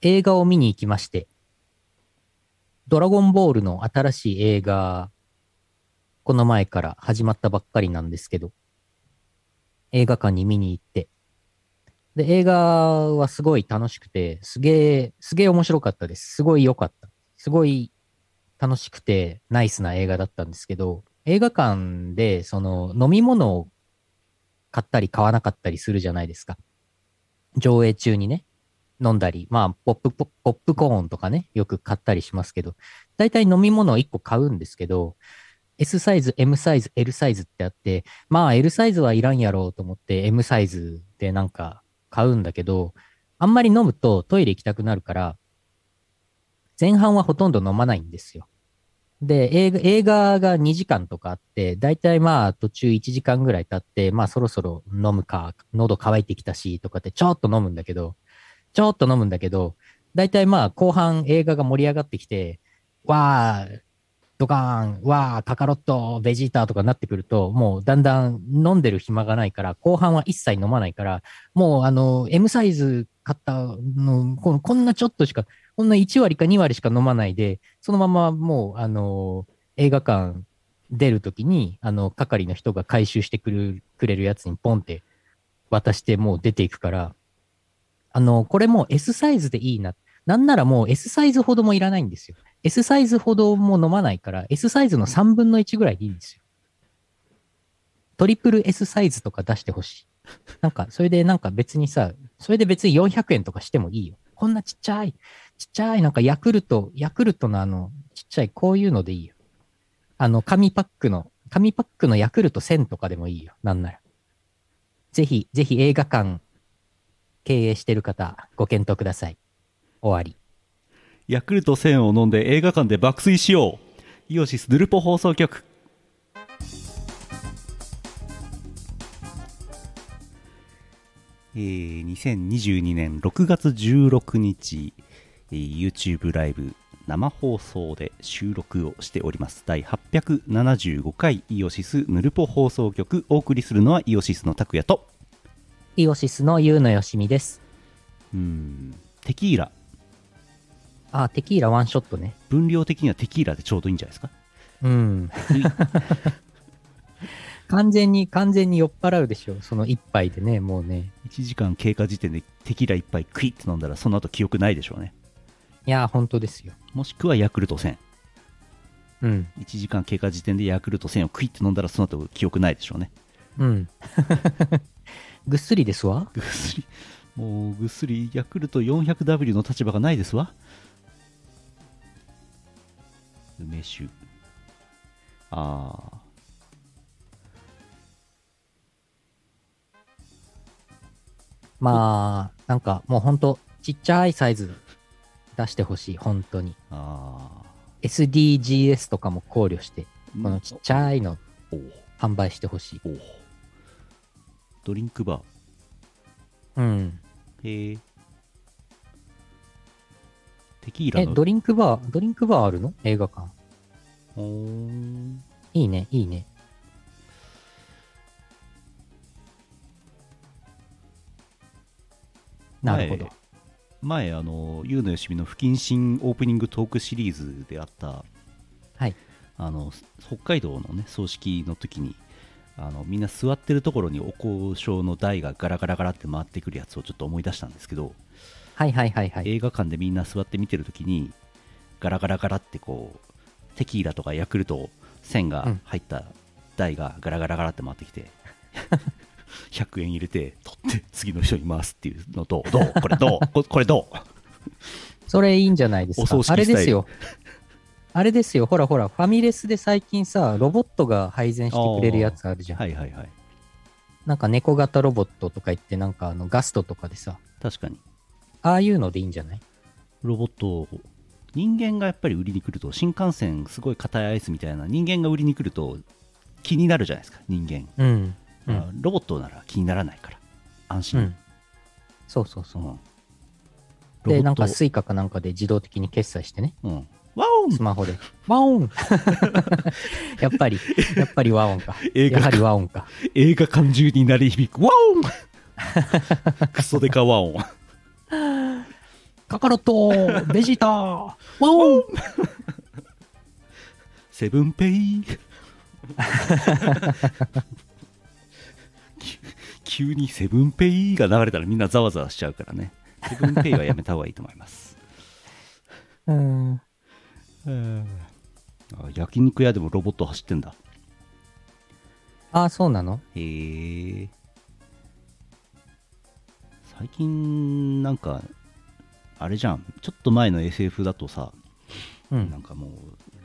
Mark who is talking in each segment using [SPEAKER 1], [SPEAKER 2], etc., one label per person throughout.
[SPEAKER 1] 映画を見に行きまして、ドラゴンボールの新しい映画、この前から始まったばっかりなんですけど、映画館に見に行って、で、映画はすごい楽しくて、すげえ、すげえ面白かったです。すごい良かった。すごい楽しくて、ナイスな映画だったんですけど、映画館で、その、飲み物を買ったり買わなかったりするじゃないですか。上映中にね、飲んだり、まあ、ポップポ、ポップコーンとかね、よく買ったりしますけど、大体飲み物を1個買うんですけど、S サイズ、M サイズ、L サイズってあって、まあ L サイズはいらんやろうと思って M サイズでなんか買うんだけど、あんまり飲むとトイレ行きたくなるから、前半はほとんど飲まないんですよ。で、映画映画が2時間とかあって、だいたいまあ途中1時間ぐらい経って、まあそろそろ飲むか、喉乾いてきたしとかってちょっと飲むんだけど、ちょっと飲むんだけど、だいたいまあ後半映画が盛り上がってきて、わー、ドカーン、わー、カカロット、ベジータとかなってくると、もうだんだん飲んでる暇がないから、後半は一切飲まないから、もうあの、M サイズ買ったの、このこんなちょっとしか、こんな1割か2割しか飲まないで、そのままもう、あの、映画館出るときに、あの、係の人が回収してくるくれるやつにポンって渡して、もう出ていくから、あの、これもう S サイズでいいな。なんならもう S サイズほどもいらないんですよ。S サイズほども飲まないから、S サイズの3分の1ぐらいでいいんですよ。トリプル S サイズとか出してほしい。なんか、それでなんか別にさ、それで別に400円とかしてもいいよ。こんなちっちゃい、ちっちゃい、なんかヤクルト、ヤクルトのあの、ちっちゃい、こういうのでいいよ。あの、紙パックの、紙パックのヤクルト1000とかでもいいよ。なんなら。ぜひ、ぜひ映画館経営してる方、ご検討ください。終わり。
[SPEAKER 2] ヤクルト1000を飲んで映画館で爆睡しようイオシスヌルポ放送局えー、2022年6月16日、えー YouTube ライブ生放送で収録をしております第875回イオシスヌルポ放送局お送りするのはイオシスの拓也と
[SPEAKER 1] イオシスのゆうのよしみです。
[SPEAKER 2] うーんテキーラ
[SPEAKER 1] あ、テキーラワンショットね。
[SPEAKER 2] 分量的にはテキーラでちょうどいいんじゃないですか
[SPEAKER 1] うん。完全に、完全に酔っ払うでしょ。その一杯でね、もうね。
[SPEAKER 2] 1時間経過時点でテキーラ1杯クイッて飲んだらその後記憶ないでしょうね
[SPEAKER 1] いやー、本当ですよ。
[SPEAKER 2] もしくはヤクルト1000
[SPEAKER 1] うん。
[SPEAKER 2] 1時間経過時点でヤクルト1000をクイッて飲んだらその後記憶ないでしょうね
[SPEAKER 1] うん。 ぐっすりですわ。
[SPEAKER 2] ぐっすりもうぐっすりヤクルト 400W の立場がないですわ梅酒ああ
[SPEAKER 1] まあ、なんかもう本当ちっちゃいサイズ出してほしい。本当に。
[SPEAKER 2] ああ
[SPEAKER 1] SDGs とかも考慮して、このちっちゃいの
[SPEAKER 2] おお
[SPEAKER 1] 販売してほしい。
[SPEAKER 2] おうドリンクバ
[SPEAKER 1] うん。
[SPEAKER 2] ーへえテキーラ
[SPEAKER 1] え、
[SPEAKER 2] の
[SPEAKER 1] ドリンクバー、ドリンクバーあるの映画館。
[SPEAKER 2] ほーん
[SPEAKER 1] いいね、いいね。なるほど。
[SPEAKER 2] 前あの「ゆうのよしみ」の不謹慎オープニングトークシリーズであった、
[SPEAKER 1] はい
[SPEAKER 2] あの北海道の、ね、葬式の時にあのみんな座ってるところにお交渉の台がガラガラガラって回ってくるやつをちょっと思い出したんですけど、
[SPEAKER 1] はいはいはいはい。
[SPEAKER 2] 映画館でみんな座って見てる時にガラガラガラってこうテキーラとかヤクルト線が入った台がガラガラガラって回ってき て、100円入れて取って次の人に回すっていうのどうどうこれどうここれどう
[SPEAKER 1] それいいんじゃないです
[SPEAKER 2] お
[SPEAKER 1] か
[SPEAKER 2] 葬式。スタ
[SPEAKER 1] あ
[SPEAKER 2] イル
[SPEAKER 1] れですよ。あれですよ。ほらほら、ファミレスで最近さ、ロボットが配膳してくれるやつあるじゃん。
[SPEAKER 2] はいはいはい
[SPEAKER 1] なんか猫型ロボットとか言って、なんかあのガストとかでさ、
[SPEAKER 2] 確かに
[SPEAKER 1] ああいうのでいいんじゃない
[SPEAKER 2] ロボットを人間がやっぱり売りに来ると新幹線すごい硬いアイスみたいな人間が売りに来ると気になるじゃないですか人間、
[SPEAKER 1] うん。う
[SPEAKER 2] あ
[SPEAKER 1] ん。
[SPEAKER 2] ロボットなら気にならないから安
[SPEAKER 1] う
[SPEAKER 2] 心、
[SPEAKER 1] ん。そうそうそう。
[SPEAKER 2] うんロボッ
[SPEAKER 1] で、
[SPEAKER 2] ト
[SPEAKER 1] なんかスイカかなんかで自動的に決済してね。
[SPEAKER 2] うん、ワオン
[SPEAKER 1] スマホで。和音 やっぱり、やっぱり和音か。
[SPEAKER 2] 映
[SPEAKER 1] や
[SPEAKER 2] 画
[SPEAKER 1] はり和音か。
[SPEAKER 2] 映画館中に 鳴り響くワオンクソデカワオン
[SPEAKER 1] カカロット、ベジータ、ワオン
[SPEAKER 2] セブンペイき急にセブンペイが流れたらみんなざわざわしちゃうからねセブンペイはやめた方がいいと思います
[SPEAKER 1] うん。
[SPEAKER 2] あ焼肉屋でもロボット走ってんだ
[SPEAKER 1] ああ、そうなの
[SPEAKER 2] へえ最近なんかあれじゃんちょっと前の SF だとさ、
[SPEAKER 1] う
[SPEAKER 2] なん
[SPEAKER 1] ん。
[SPEAKER 2] かもう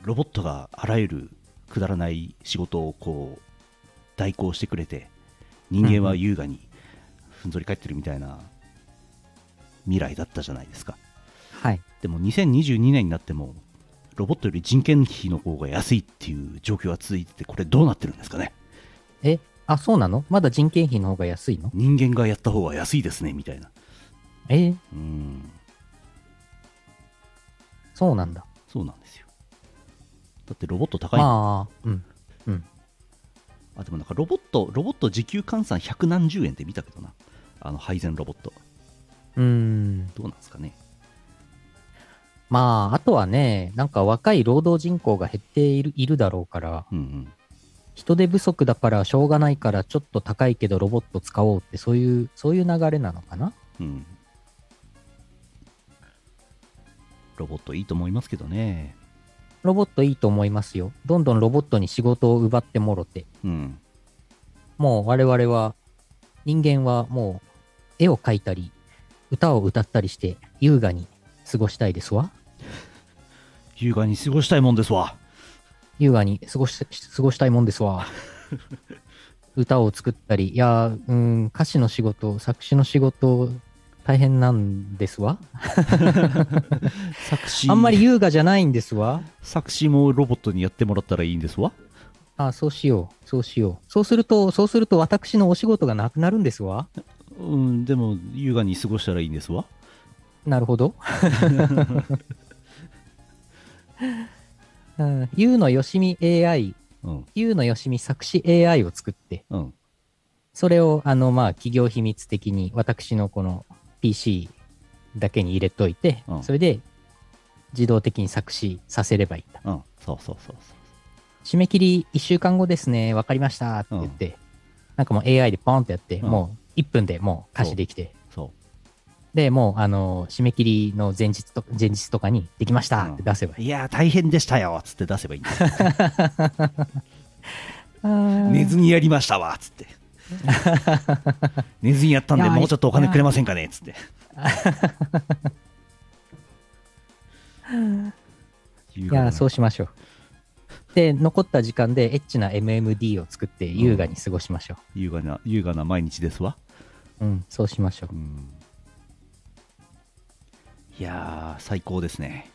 [SPEAKER 2] ロボットがあらゆるくだらない仕事をこう代行してくれて人間は優雅にふんぞり返ってるみたいな未来だったじゃないですか
[SPEAKER 1] はい。
[SPEAKER 2] でも2022年になってもロボットより人件費の方が安いっていう状況が続いててこれどうなってるんですかね
[SPEAKER 1] え、あ、そうなのまだ人件費の方が安いの
[SPEAKER 2] 人間がやった方が安いですねみたいな
[SPEAKER 1] えー
[SPEAKER 2] うん
[SPEAKER 1] そうなんだ。
[SPEAKER 2] そうなんですよだってロボット高いもん
[SPEAKER 1] まあ、うん。うん。
[SPEAKER 2] あでもなんかロボットロボット時給換算百何十円って見たけどなあの配膳ロボット
[SPEAKER 1] うーん。
[SPEAKER 2] どうなんですかね
[SPEAKER 1] まあ、あとはね、なんか若い労働人口が減っているいるだろうから、
[SPEAKER 2] うんうん
[SPEAKER 1] 人手不足だからしょうがないからちょっと高いけどロボット使おうって、そういう、そういう流れなのかな
[SPEAKER 2] うんロボットいいと思いますけどね
[SPEAKER 1] ロボットいいと思いますよ。どんどんロボットに仕事を奪ってもろて。
[SPEAKER 2] うん
[SPEAKER 1] もう我々は、人間はもう絵を描いたり、歌を歌ったりして優雅に過ごしたいですわ。
[SPEAKER 2] 優雅に過ごしたいもんですわ
[SPEAKER 1] 優雅に過ごし過ごしたいもんですわ。歌を作ったり、いやー、うーん、歌詞の仕事、作詞の仕事、大変なんですわ。
[SPEAKER 2] 作詞
[SPEAKER 1] あんまり優雅じゃないんですわ。
[SPEAKER 2] 作詞もロボットにやってもらったらいいんですわ
[SPEAKER 1] あ、そうしよう、そうしよう。そうすると、そうすると私のお仕事がなくなるんですわ。
[SPEAKER 2] うんでも優雅に過ごしたらいいんですわ
[SPEAKER 1] なるほ ど。うん、ゆうのよしみ AI、
[SPEAKER 2] うん
[SPEAKER 1] ゆうのよしみ作詞 AI を作って、
[SPEAKER 2] うん
[SPEAKER 1] それを、あの、まあ、企業秘密的に私のこの PC だけに入れといて、
[SPEAKER 2] うん
[SPEAKER 1] それで自動的に作詞させればいいんだ。
[SPEAKER 2] うんそうそうそうそう
[SPEAKER 1] 締め切り1週間後ですね、わかりましたって言って、なんかもう AI でポンってやって、
[SPEAKER 2] うん
[SPEAKER 1] もう1分でもう歌詞できて、
[SPEAKER 2] そう
[SPEAKER 1] で、もう、あの、締め切りの前日と前日とかにできましたって出せばいい。
[SPEAKER 2] いやー大変でしたよっつって出せばいいんですよ寝
[SPEAKER 1] ね
[SPEAKER 2] ずにやりましたわっつって寝ずにやったん
[SPEAKER 1] い
[SPEAKER 2] で
[SPEAKER 1] やー
[SPEAKER 2] もうちょっとお金くれませんかねっつってい
[SPEAKER 1] いやー、そうしましょう。で、残った時間でエッチな MMD を作って優雅に過ごしましょ
[SPEAKER 2] 優雅な優雅な毎日ですわ、
[SPEAKER 1] う。うん、そうしましょう。
[SPEAKER 2] うんいやー最高ですね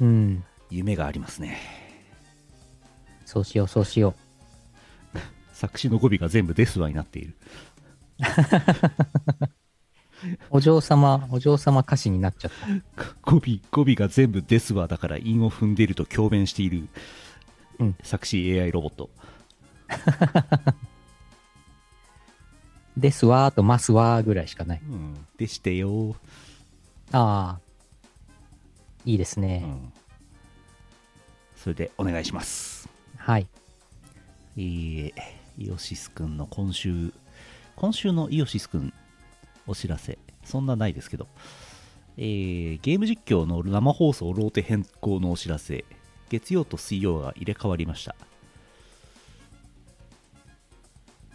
[SPEAKER 1] うん、
[SPEAKER 2] 夢がありますね
[SPEAKER 1] そうしよう、そうしよ
[SPEAKER 2] 作詞の語尾が全部ですわになっている
[SPEAKER 1] う。お嬢様、お嬢様歌手になっちゃっ
[SPEAKER 2] 語尾語尾が全部ですわだから韻を踏んでいると共鳴している、
[SPEAKER 1] うん
[SPEAKER 2] 作詞 AI ロボット
[SPEAKER 1] た。ですわーとますわーぐらいしかない。
[SPEAKER 2] うんでしてよ、
[SPEAKER 1] ああ、いいです
[SPEAKER 2] う
[SPEAKER 1] ね。
[SPEAKER 2] んそれでお願いします
[SPEAKER 1] はい。
[SPEAKER 2] いいえイオシスくんの今週今週のイオシスくんお知らせそんなないですけど、えーゲーム実況の生放送ローテ変更のお知らせ月曜と水曜が入れ替わりました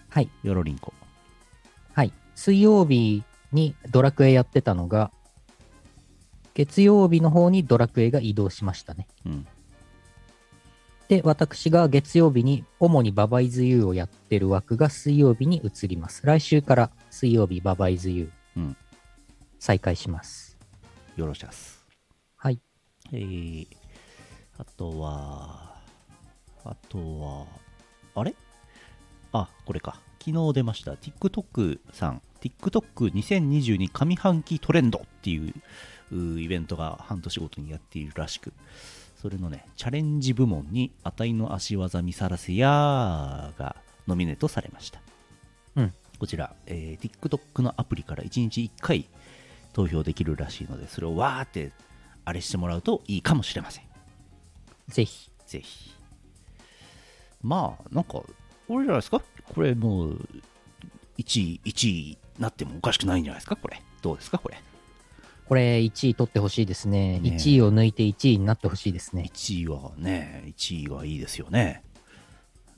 [SPEAKER 1] はい。
[SPEAKER 2] ヨロリンコ
[SPEAKER 1] はい。水曜日にドラクエやってたのが、月曜日の方にドラクエが移動しましたね。
[SPEAKER 2] うん
[SPEAKER 1] で、私が月曜日に、主にババイズユーをやってる枠が水曜日に移ります。来週から水曜日ババイズユー、
[SPEAKER 2] うん
[SPEAKER 1] 再開します。
[SPEAKER 2] よろしゃす
[SPEAKER 1] はい。
[SPEAKER 2] えー、あとは、あとは、あれあ、これか。昨日出ました。TikTok さん、TikTok2022 上半期トレンドっていううーイベントが半年ごとにやっているらしく、それのね、チャレンジ部門に値の足技見さらせやーがノミネートされました。
[SPEAKER 1] うん
[SPEAKER 2] こちら、えー TikTok のアプリから1日1回投票できるらしいのでそれをわーってあれしてもらうといいかもしれません
[SPEAKER 1] ぜひ。
[SPEAKER 2] ぜひまあなんかこれじゃないですかこれもう1位1位になってもおかしくないんじゃないですかこれどうですかこれ
[SPEAKER 1] これ1位取ってほしいですね。
[SPEAKER 2] ね
[SPEAKER 1] 1位を抜いて1位になってほしいですね。
[SPEAKER 2] 1位はね1位がいいですよね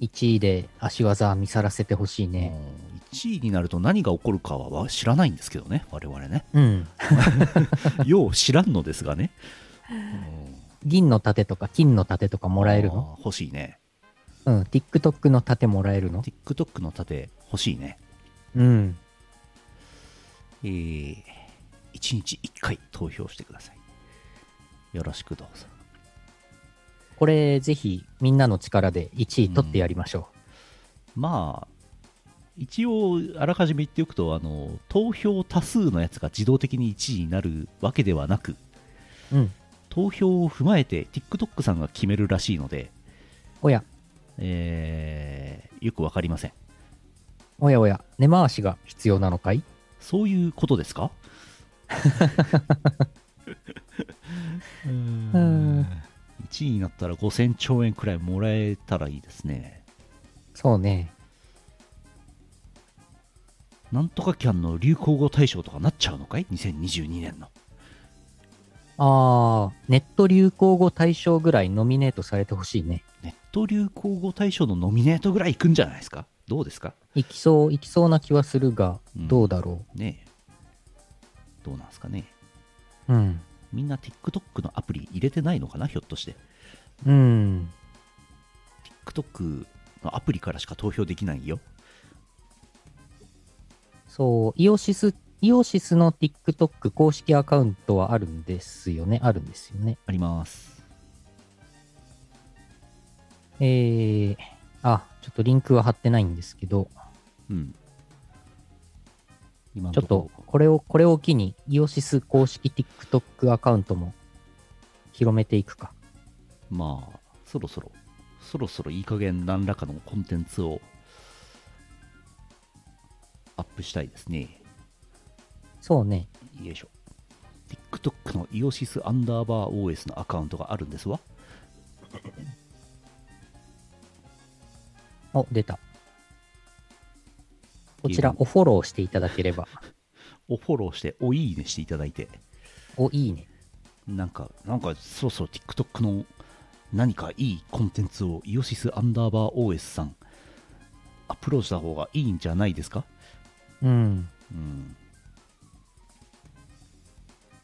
[SPEAKER 1] 1位で足技見さらせてほしいね。
[SPEAKER 2] うん1位になると何が起こるかはわ知らないんですけどね我々ね
[SPEAKER 1] うん。
[SPEAKER 2] よう知らんのですがね、
[SPEAKER 1] 銀の盾とか金の盾とか もらえるの
[SPEAKER 2] の欲しいね
[SPEAKER 1] うん。TikTok の盾もらえるの
[SPEAKER 2] TikTok の盾欲しいね
[SPEAKER 1] うん。
[SPEAKER 2] えー、1日1回投票してくださいよろしくどうぞ
[SPEAKER 1] これぜひみんなの力で1位取ってやりましょ
[SPEAKER 2] まあ一応あらかじめ言っておくとあの投票多数のやつが自動的に1位になるわけではなく
[SPEAKER 1] う。うん。
[SPEAKER 2] 投票を踏まえて TikTok さんが決めるらしいので、
[SPEAKER 1] おや、
[SPEAKER 2] えーよくわかりません
[SPEAKER 1] おやおや、根回しが必要なのかい
[SPEAKER 2] そういうことですかう
[SPEAKER 1] う
[SPEAKER 2] ー
[SPEAKER 1] んん
[SPEAKER 2] 1位になったら5000兆円くらいもらえたらいいですね
[SPEAKER 1] そうね。
[SPEAKER 2] なんとかキャンの流行語大賞とかなっちゃうのかい2022年の
[SPEAKER 1] あー、ネット流行語大賞ぐらいノミネートされてほしいね。
[SPEAKER 2] ネット流行語大賞のノミネートぐらいいくんじゃないですかどうですか
[SPEAKER 1] いきそう、いきそうな気はするが、
[SPEAKER 2] うん
[SPEAKER 1] どうだろ
[SPEAKER 2] ねえどうなんですかね
[SPEAKER 1] う。うん。
[SPEAKER 2] みんな TikTok のアプリ入れてないのかなひょっとして
[SPEAKER 1] うん。
[SPEAKER 2] TikTok のアプリからしか投票できないよ
[SPEAKER 1] そう、イオシス、イオシスの TikTok 公式アカウントはあるんですよね。あるんですよね。
[SPEAKER 2] あります
[SPEAKER 1] えー、あ、ちょっとリンクは貼ってないんですけど、
[SPEAKER 2] うん今の
[SPEAKER 1] ちょっと
[SPEAKER 2] ころ
[SPEAKER 1] これを、これを機に、イオシス公式 TikTok アカウントも広めていくか。
[SPEAKER 2] まあそろそろそろそろいい加減何らかのコンテンツをアップしたいですね
[SPEAKER 1] そうね。
[SPEAKER 2] よいしょ TikTok のイオシスアンダーバー OS のアカウントがあるんですわ
[SPEAKER 1] お、出た。こち
[SPEAKER 2] い
[SPEAKER 1] ら
[SPEAKER 2] いね
[SPEAKER 1] をフォローしていただければ。
[SPEAKER 2] をフォローしておいいねしていただいて
[SPEAKER 1] お、いいね。
[SPEAKER 2] なんかなんかそろそろ TikTok の何かいいコンテンツをイオシスアンダーバー OS さんアップロードした方がいいんじゃないですか
[SPEAKER 1] うん。
[SPEAKER 2] うん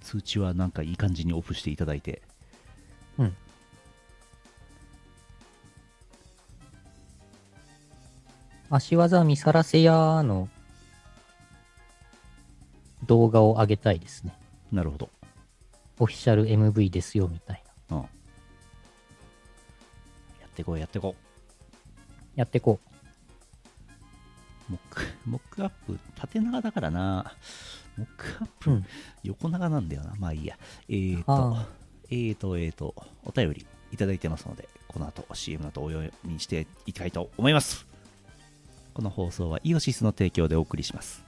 [SPEAKER 2] 通知はなんかいい感じにオフしていただいて
[SPEAKER 1] うん。足技見さらせやーの動画を上げたいですね。
[SPEAKER 2] なるほど
[SPEAKER 1] オフィシャル MV ですよみたいな。
[SPEAKER 2] うんやってこうやってこ
[SPEAKER 1] やってこう。
[SPEAKER 2] うモック モックアップ縦長だからなモックアップ、
[SPEAKER 1] うん
[SPEAKER 2] 横長なんだよなまあいいやえー、と
[SPEAKER 1] あ
[SPEAKER 2] えー、とえー、とお便りいただいてますのでこの後 CM の後お読みしていきたいと思いますこの放送はイオシスの提供でお送りします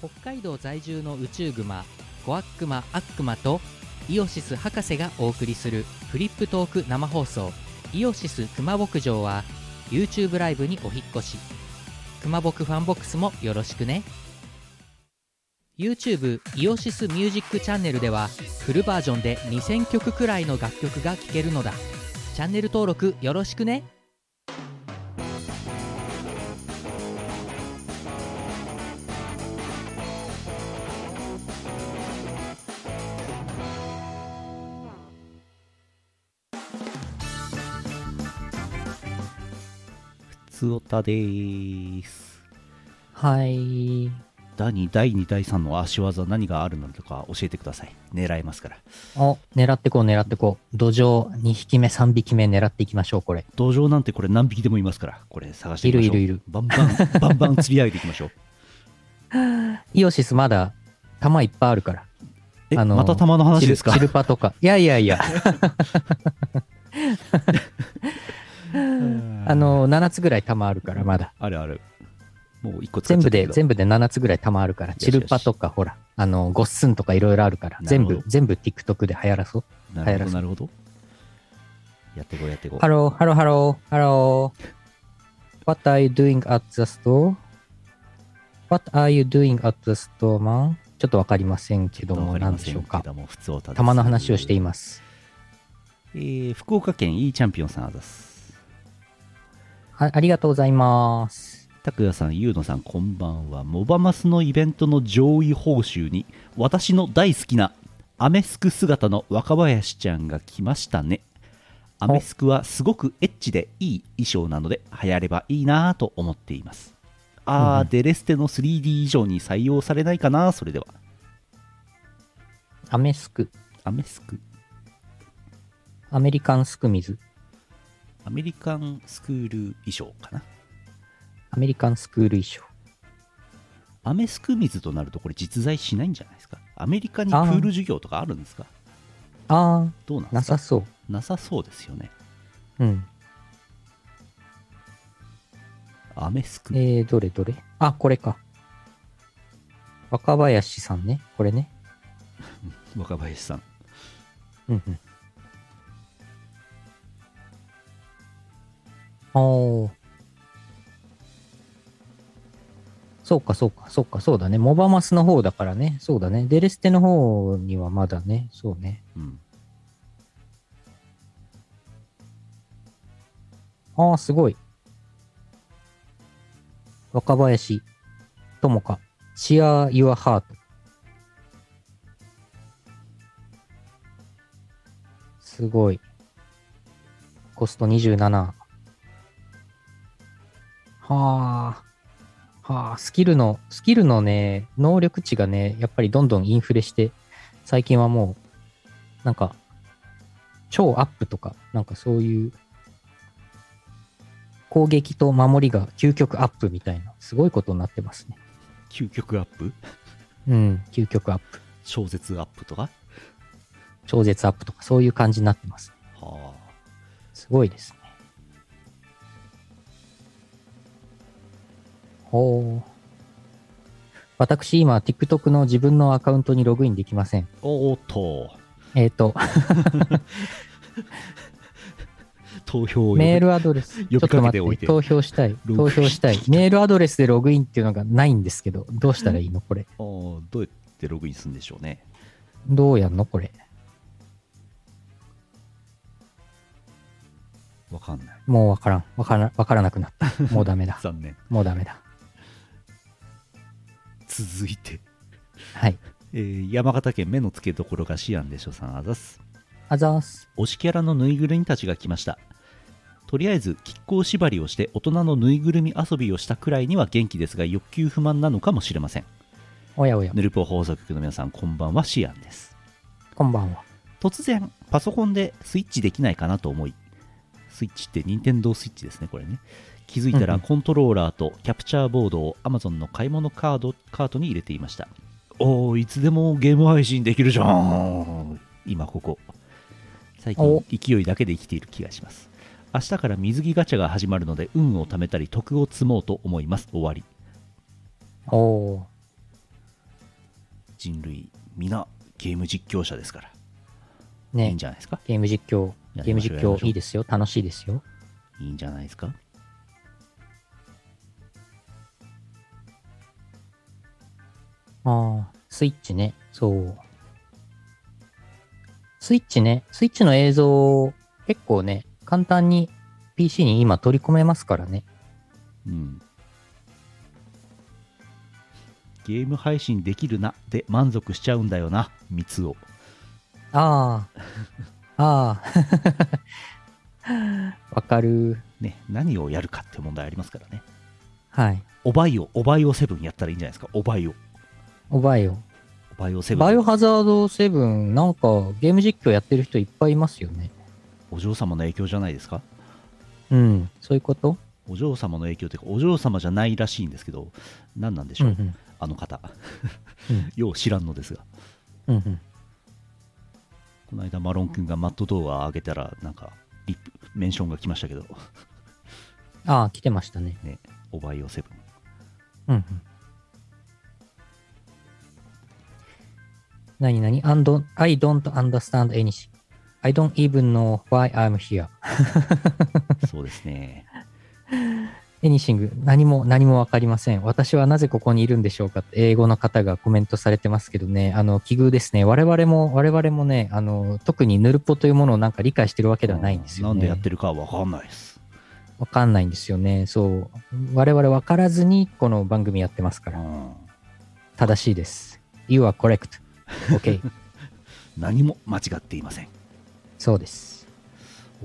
[SPEAKER 1] 北海道在住の宇宙グマ、コアックマアックマとイオシス博士がお送りするフリップトーク生放送イオシス熊牧場は YouTube ライブにお引っ越し。熊牧ファンボックスもよろしくね。YouTube イオシスミュージックチャンネルではフルバージョンで2000曲くらいの楽曲が聴けるのだ。チャンネル登録よろしくね。
[SPEAKER 2] つおたでーす
[SPEAKER 1] はい。
[SPEAKER 2] 第2第2第3の足技何があるのか教えてください狙えますから
[SPEAKER 1] お、狙ってこう、狙ってこう。土壌2匹目、3匹目狙っていきましょう、これ。
[SPEAKER 2] 土壌なんてこれ何匹でもいますからこれ探していきましょう
[SPEAKER 1] いるいるいる
[SPEAKER 2] バンバンバンバン釣り上げていきましょう
[SPEAKER 1] イオシスまだ、弾いっぱいあるから。
[SPEAKER 2] え、
[SPEAKER 1] あのー
[SPEAKER 2] また玉の話ですか
[SPEAKER 1] チルチルパとか。いやいやい や、
[SPEAKER 2] あ
[SPEAKER 1] あのー、7つぐらい弾あるから、まだ。
[SPEAKER 2] あるあるもう一個使っ
[SPEAKER 1] 全部
[SPEAKER 2] ちゃったけ
[SPEAKER 1] で、
[SPEAKER 2] ど
[SPEAKER 1] 全部で7つぐらい玉あるから、
[SPEAKER 2] しよし
[SPEAKER 1] チルパとか、ほら、あの、ゴッスンとかいろいろあるから、
[SPEAKER 2] なる
[SPEAKER 1] 全
[SPEAKER 2] ほど
[SPEAKER 1] 部、全部 TikTok で流行らそう。
[SPEAKER 2] なる
[SPEAKER 1] 流行ら
[SPEAKER 2] ほど
[SPEAKER 1] す
[SPEAKER 2] なるほどやってこうやってこう
[SPEAKER 1] ハロー、ハロー、ハロー、ハロー。What are you doing at the store?What are you doing at the store, man? ちょっとわかりませんけども、なんでしょうか。
[SPEAKER 2] 普通た
[SPEAKER 1] 玉の話をしてい
[SPEAKER 2] ま
[SPEAKER 1] ます。
[SPEAKER 2] す、えー福岡県 E チャンピオンさんあざす
[SPEAKER 1] あありがとうございます。
[SPEAKER 2] 拓也さん、ゆうのさん、こんばんは。モバマスのイベントの上位報酬に、私の大好きなアメスク姿の若林ちゃんが来ましたね。アメスクはすごくエッチでいい衣装なので、流行ればいいなぁと思っています。あー、
[SPEAKER 1] うん
[SPEAKER 2] デレステの 3D 以上に採用されないかな、それでは。
[SPEAKER 1] アメスク、
[SPEAKER 2] アメスク、
[SPEAKER 1] アメリカンスクミズ、
[SPEAKER 2] アメリカンスクール衣装かな。
[SPEAKER 1] アメリカンスクール衣装。
[SPEAKER 2] アメスク水となると、これ実在しないんじゃないですか。アメリカにプール授業とかあるんですか
[SPEAKER 1] あ
[SPEAKER 2] どうなん
[SPEAKER 1] あ、
[SPEAKER 2] で
[SPEAKER 1] な
[SPEAKER 2] すか
[SPEAKER 1] さそう。
[SPEAKER 2] なさそうですよね。
[SPEAKER 1] うん。
[SPEAKER 2] アメスク。
[SPEAKER 1] えー、どれどれあ、これか。若林さんね。これね。
[SPEAKER 2] 若林さん
[SPEAKER 1] うんうん。おー。そうか、そうか、そうか、そうだね。モバマスの方だからね。そうだね。デレステの方にはまだね。そうね。
[SPEAKER 2] うん
[SPEAKER 1] ああ、すごい。若林、ともか、シアー・ユア・ハート。すごい。コスト27。はあ。はあ、スキルの、スキルのね、能力値がね、やっぱりどんどんインフレして、最近はもう、なんか、超アップとか、なんかそういう攻撃と守りが究極アップみたいな、すごいことになってますね。
[SPEAKER 2] 究極アップ
[SPEAKER 1] うん、究極アップ、
[SPEAKER 2] 超絶アップとか
[SPEAKER 1] 超絶アップとか、そういう感じになってます。
[SPEAKER 2] は
[SPEAKER 1] すごいですね。ほう。私、今、TikTok の自分のアカウントにログインできません
[SPEAKER 2] あ。おーっと
[SPEAKER 1] えっ、と、
[SPEAKER 2] 投票を
[SPEAKER 1] メー
[SPEAKER 2] ル
[SPEAKER 1] ルアドレス、ち
[SPEAKER 2] 呼
[SPEAKER 1] ょ
[SPEAKER 2] び
[SPEAKER 1] っと
[SPEAKER 2] かけ
[SPEAKER 1] 待
[SPEAKER 2] てお
[SPEAKER 1] っ
[SPEAKER 2] い
[SPEAKER 1] て、
[SPEAKER 2] て
[SPEAKER 1] 投票したい、
[SPEAKER 2] ログイ
[SPEAKER 1] 投
[SPEAKER 2] ン
[SPEAKER 1] 票した い。メールアドレスでログインっていうのがないんですけど、どうしたらいい のこれ。
[SPEAKER 2] あーどうやってログインするんでしょうね
[SPEAKER 1] どうやんのこれ。
[SPEAKER 2] わかんない。
[SPEAKER 1] もうわからん。わから、わからなくなった。もうダメだ
[SPEAKER 2] 残念
[SPEAKER 1] もうダメだ。
[SPEAKER 2] 続いて、
[SPEAKER 1] はい。
[SPEAKER 2] えー山形県目の付けどころがシアンでしょさんあざす
[SPEAKER 1] あざーす。
[SPEAKER 2] 推しキャラのぬいぐるみたちが来ましたとりあえず亀甲縛りをして大人のぬいぐるみ遊びをしたくらいには元気ですが欲求不満なのかもしれません
[SPEAKER 1] おやおや。
[SPEAKER 2] ヌルポ放送局の皆さんこんばんはシアンです
[SPEAKER 1] こんばんは。
[SPEAKER 2] 突然パソコンでスイッチできないかなと思いスイッチって任天堂スイッチですねこれね気づいた
[SPEAKER 1] う
[SPEAKER 2] ら
[SPEAKER 1] んう
[SPEAKER 2] コントローラーとキャプチャーボードを Amazon の買い物カードカートに入れていましたおーいつでもゲーム配信できるじゃん今ここ最近
[SPEAKER 1] お
[SPEAKER 2] 勢いだけで生きている気がします明日から水着ガチャが始まるので運を貯めたり得を積もうと思います終わり
[SPEAKER 1] おお
[SPEAKER 2] 人類皆ゲーム実況者ですから、
[SPEAKER 1] ー。
[SPEAKER 2] いい
[SPEAKER 1] ね
[SPEAKER 2] んじゃないですか
[SPEAKER 1] ゲーム実況、
[SPEAKER 2] や
[SPEAKER 1] ゲ
[SPEAKER 2] り
[SPEAKER 1] ー
[SPEAKER 2] ま
[SPEAKER 1] ム
[SPEAKER 2] しょう
[SPEAKER 1] 実
[SPEAKER 2] やりましょ
[SPEAKER 1] 況
[SPEAKER 2] う
[SPEAKER 1] いいですよ。楽しいですよ。
[SPEAKER 2] いいんじゃないですか
[SPEAKER 1] ああ、スイッチね。そう。スイッチね。スイッチの映像、結構ね、簡単に PC に今取り込めますからね。
[SPEAKER 2] うん、ゲーム配信できるなで満足しちゃうんだよな三つを
[SPEAKER 1] ああ。ああ。 わかる。
[SPEAKER 2] ね何をやるかって問題ありますからね
[SPEAKER 1] はい。
[SPEAKER 2] おばいをおばいをセブンやったらいいんじゃないですかおばいを
[SPEAKER 1] おバイオ。
[SPEAKER 2] おばいをセブ
[SPEAKER 1] バイオ
[SPEAKER 2] ン
[SPEAKER 1] ハザード7、なんかゲーム実況やってる人いっぱいいますよね。
[SPEAKER 2] お嬢様の影響じゃないですか
[SPEAKER 1] うん。そういうこと
[SPEAKER 2] お嬢様の影響っていうかお嬢様じゃないらしいんですけど何なんでしょう、
[SPEAKER 1] うん
[SPEAKER 2] あの方
[SPEAKER 1] うん
[SPEAKER 2] よう知らんのですが
[SPEAKER 1] うん。うんうん。
[SPEAKER 2] この間マロン君がマットドア上げたらなんかリップメンションが来ましたけど
[SPEAKER 1] ああ、来てましたね。
[SPEAKER 2] ねおばいをセ
[SPEAKER 1] う
[SPEAKER 2] ブン
[SPEAKER 1] んうん。何何 and ?I don't understand anything.I don't even know why I'm here.
[SPEAKER 2] そうですね。
[SPEAKER 1] エニシング、何も、何もわかりません。私はなぜここにいるんでしょうかって英語の方がコメントされてますけどね、あの、奇遇ですね。我々も、我々もね、あの、特にヌルポというものをなんか理解して るわけではないんですよね。
[SPEAKER 2] なんでやってるかわかんないです。
[SPEAKER 1] わかんないんですよね。そう。我々わからずにこの番組やってますか
[SPEAKER 2] う
[SPEAKER 1] ら。
[SPEAKER 2] ん、
[SPEAKER 1] 正しいです。You are correct. OK.
[SPEAKER 2] 何も間違っていません。
[SPEAKER 1] そうです。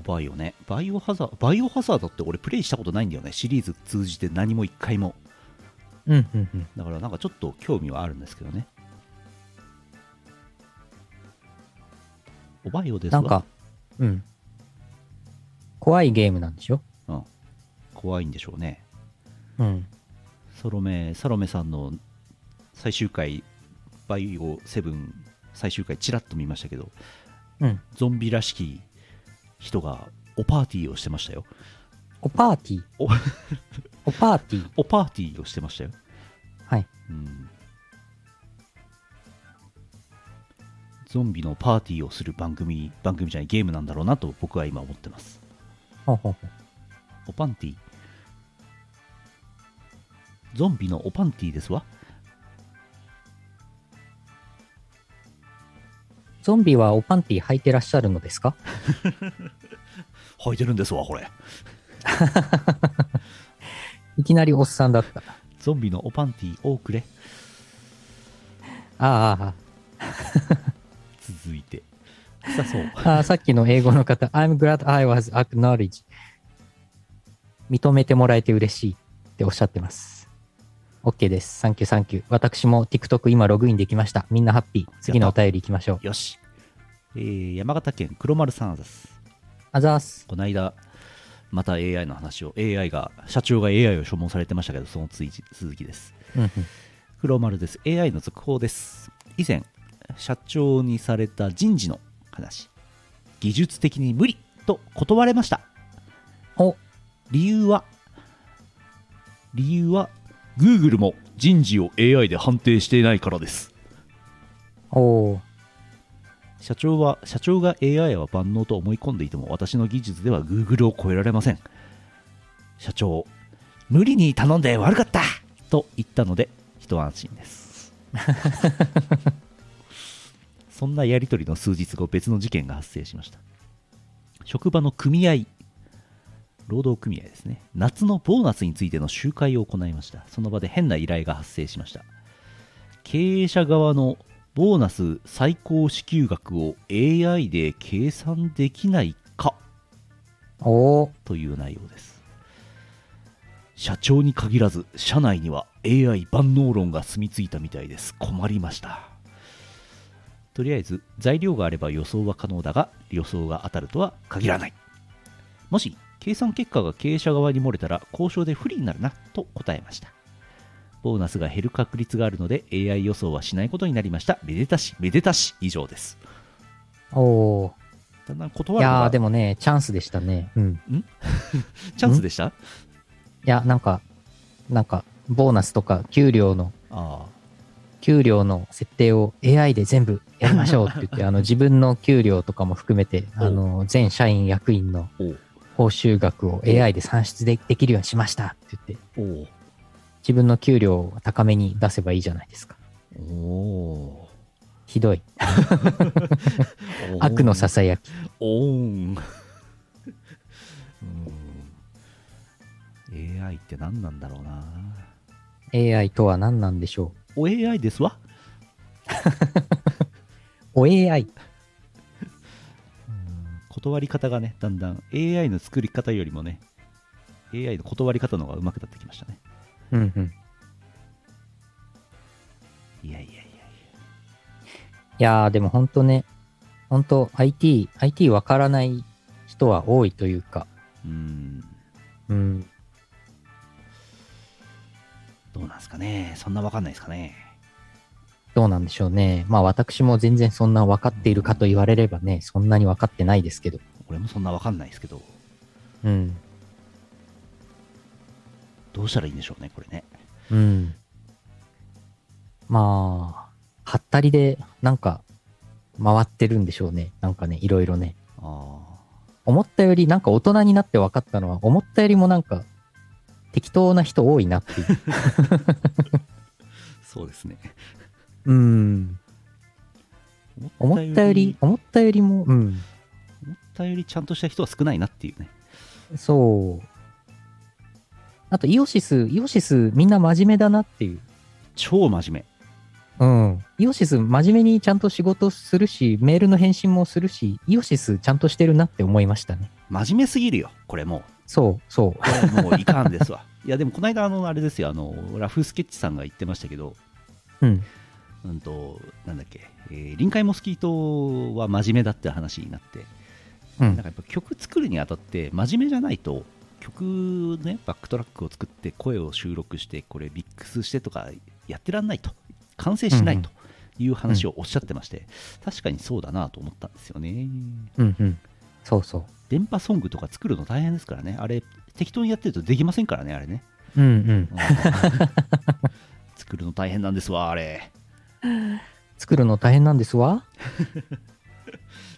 [SPEAKER 2] バイオね。バイオハザード、バイオハザードって俺プレイしたことないんだよね。シリーズ通じて何も一回も。
[SPEAKER 1] うんうんうん。
[SPEAKER 2] だからなんかちょっと興味はあるんですけどね。おバイオです
[SPEAKER 1] な
[SPEAKER 2] わ
[SPEAKER 1] んか、うん。怖いゲームなんでしょ
[SPEAKER 2] 怖いんでしょうね。
[SPEAKER 1] うん。
[SPEAKER 2] サロメ、サロメさんの最終回、バイオ7最終回、ちらっと見ましたけど、
[SPEAKER 1] うん。
[SPEAKER 2] ゾンビらしき人がおパーティーをしてましたよ。
[SPEAKER 1] おパーティー。
[SPEAKER 2] お
[SPEAKER 1] おパーティー。
[SPEAKER 2] おパーティーをしてましたよ。
[SPEAKER 1] はい。
[SPEAKER 2] うん。ゾンビのパーティーをする番組、番組じゃないゲームなんだろうなと僕は今思ってます。
[SPEAKER 1] ほうほうほう
[SPEAKER 2] おパンティー。ゾンビのおパンティーですわ。
[SPEAKER 1] ゾンビはおパンティー履いてらっしゃるのですか
[SPEAKER 2] 履いてるんですわ、これ。
[SPEAKER 1] いきなりおっさんだった。
[SPEAKER 2] ゾンビのおパンティーをくれ。
[SPEAKER 1] ああ
[SPEAKER 2] 続いて。さそう。
[SPEAKER 1] ああ、ああさっきの英語の方。I'm glad I was acknowledged. 認めてもらえて嬉しいっておっしゃってます。OK です。サンキューサンキュー。私も TikTok 今ログインできました。みんなハッピー。次のお便り行きましょう。
[SPEAKER 2] よし。えー山形県黒丸さんあざっす。
[SPEAKER 1] あざーす。
[SPEAKER 2] この間、また AI の話を、AI が、社長が AI を所望されてましたけど、そのつい続きです。
[SPEAKER 1] うんうん。
[SPEAKER 2] 黒丸です。AI の続報です。以前、社長にされた人事の話。技術的に無理と断れました。
[SPEAKER 1] お、
[SPEAKER 2] 理由は、理由は、Google も人事を AI で判定していないからです。
[SPEAKER 1] おー。
[SPEAKER 2] 社長は社長が AI は万能と思い込んでいても私の技術では Google を超えられません社長無理に頼んで悪かったと言ったので一安心です そんなやり取りの数日後別の事件が発生しました職場の組合労働組合ですね夏のボーナスについての集会を行いましたその場で変な依頼が発生しました経営者側のボーナス最高支給額を AI で計算できないか
[SPEAKER 1] おー。
[SPEAKER 2] という内容です社長に限らず社内には AI 万能論が住み着いたみたいです困りましたとりあえず材料があれば予想は可能だが予想が当たるとは限らないもし計算結果が経営者側に漏れたら交渉で不利になるなと答えましたボーナスが減る確率があるので AI 予想はしないことになりましためでたしめでたし以上です
[SPEAKER 1] おー。
[SPEAKER 2] だんだん
[SPEAKER 1] い
[SPEAKER 2] 断るの
[SPEAKER 1] やー
[SPEAKER 2] が
[SPEAKER 1] でもね、チャンスでしたね。うん。
[SPEAKER 2] チャンスでした
[SPEAKER 1] いや、なんか、なんか、ボーナスとか、給料の、
[SPEAKER 2] ああ
[SPEAKER 1] 給料の設定を AI で全部やりましょうって言 って、あの、自分の給料とかも含めて、
[SPEAKER 2] お
[SPEAKER 1] あの、全社員役員の
[SPEAKER 2] おう
[SPEAKER 1] 報酬額を AI で算出でできるようにしましたって言って、
[SPEAKER 2] おう
[SPEAKER 1] 自分の給料を高めに出せばいいじゃないですか。
[SPEAKER 2] おお
[SPEAKER 1] ひどい。悪のささやき。
[SPEAKER 2] おーんうん AI って何なんだろうな
[SPEAKER 1] AI とは何なんでしょ
[SPEAKER 2] お AI ですわ
[SPEAKER 1] う。お AI。
[SPEAKER 2] 断り方がねだんだん AI の作り方よりもね AI の断り方の方がうまくなってきましたね
[SPEAKER 1] うんうん。
[SPEAKER 2] いやいやいやい
[SPEAKER 1] いやー、でも本当ね、本当 IT、IT わからない人は多いというか、
[SPEAKER 2] やうん
[SPEAKER 1] うん、
[SPEAKER 2] どうなんすかねそんなわかんないですかね
[SPEAKER 1] どうなんでしょうね。まあ私も全然そんな分かっているかと言われればね、そんなに分かってないですけど、
[SPEAKER 2] 俺もそんなわかんないですけど
[SPEAKER 1] うん。
[SPEAKER 2] どうしたらいいんでしょうねこれね
[SPEAKER 1] うん。まあ、はったりで、なんか、回ってるんでしょうね。なんかね、いろいろね。
[SPEAKER 2] あ
[SPEAKER 1] 思ったより、なんか大人になって分かったのは、思ったよりもなんか、適当な人多いなっていう。
[SPEAKER 2] あそうですね
[SPEAKER 1] うん。思ったより、思ったよりも、うん。
[SPEAKER 2] 思ったよりちゃんとした人は少ないなっていうね
[SPEAKER 1] そう。あと、イオシス、イオシス、みんな真面目だなっていう。
[SPEAKER 2] 超真面
[SPEAKER 1] うん。イオシス、真面目にちゃんと仕事するし、メールの返信もするし、イオシス、ちゃんとしてるなって思いましたね。
[SPEAKER 2] 目真面目すぎるよこれもう
[SPEAKER 1] そう、そう。
[SPEAKER 2] これもういかんです わいやでもこの間あのあれですよあのラフスケッチさんが言ってましたけど
[SPEAKER 1] うん。
[SPEAKER 2] うんとなんだっけ、えー臨海モスキートは真面目だって話になって
[SPEAKER 1] う
[SPEAKER 2] なん
[SPEAKER 1] ん
[SPEAKER 2] か。やっぱ曲作るにあたって真面目じゃないと曲ねバックトラックを作って声を収録してこれミックスしてとかやってらんないと完成しないという話をおっしゃってまして、確かにそうだなと思ったんですよね
[SPEAKER 1] うんうん。そうそ
[SPEAKER 2] 電波ソングとか作るの大変ですからねあれ適当にやってるとできませんからねあれね
[SPEAKER 1] う。うんうん。
[SPEAKER 2] うん作るの大変なんですわあれ
[SPEAKER 1] 作るの大変なんですわ。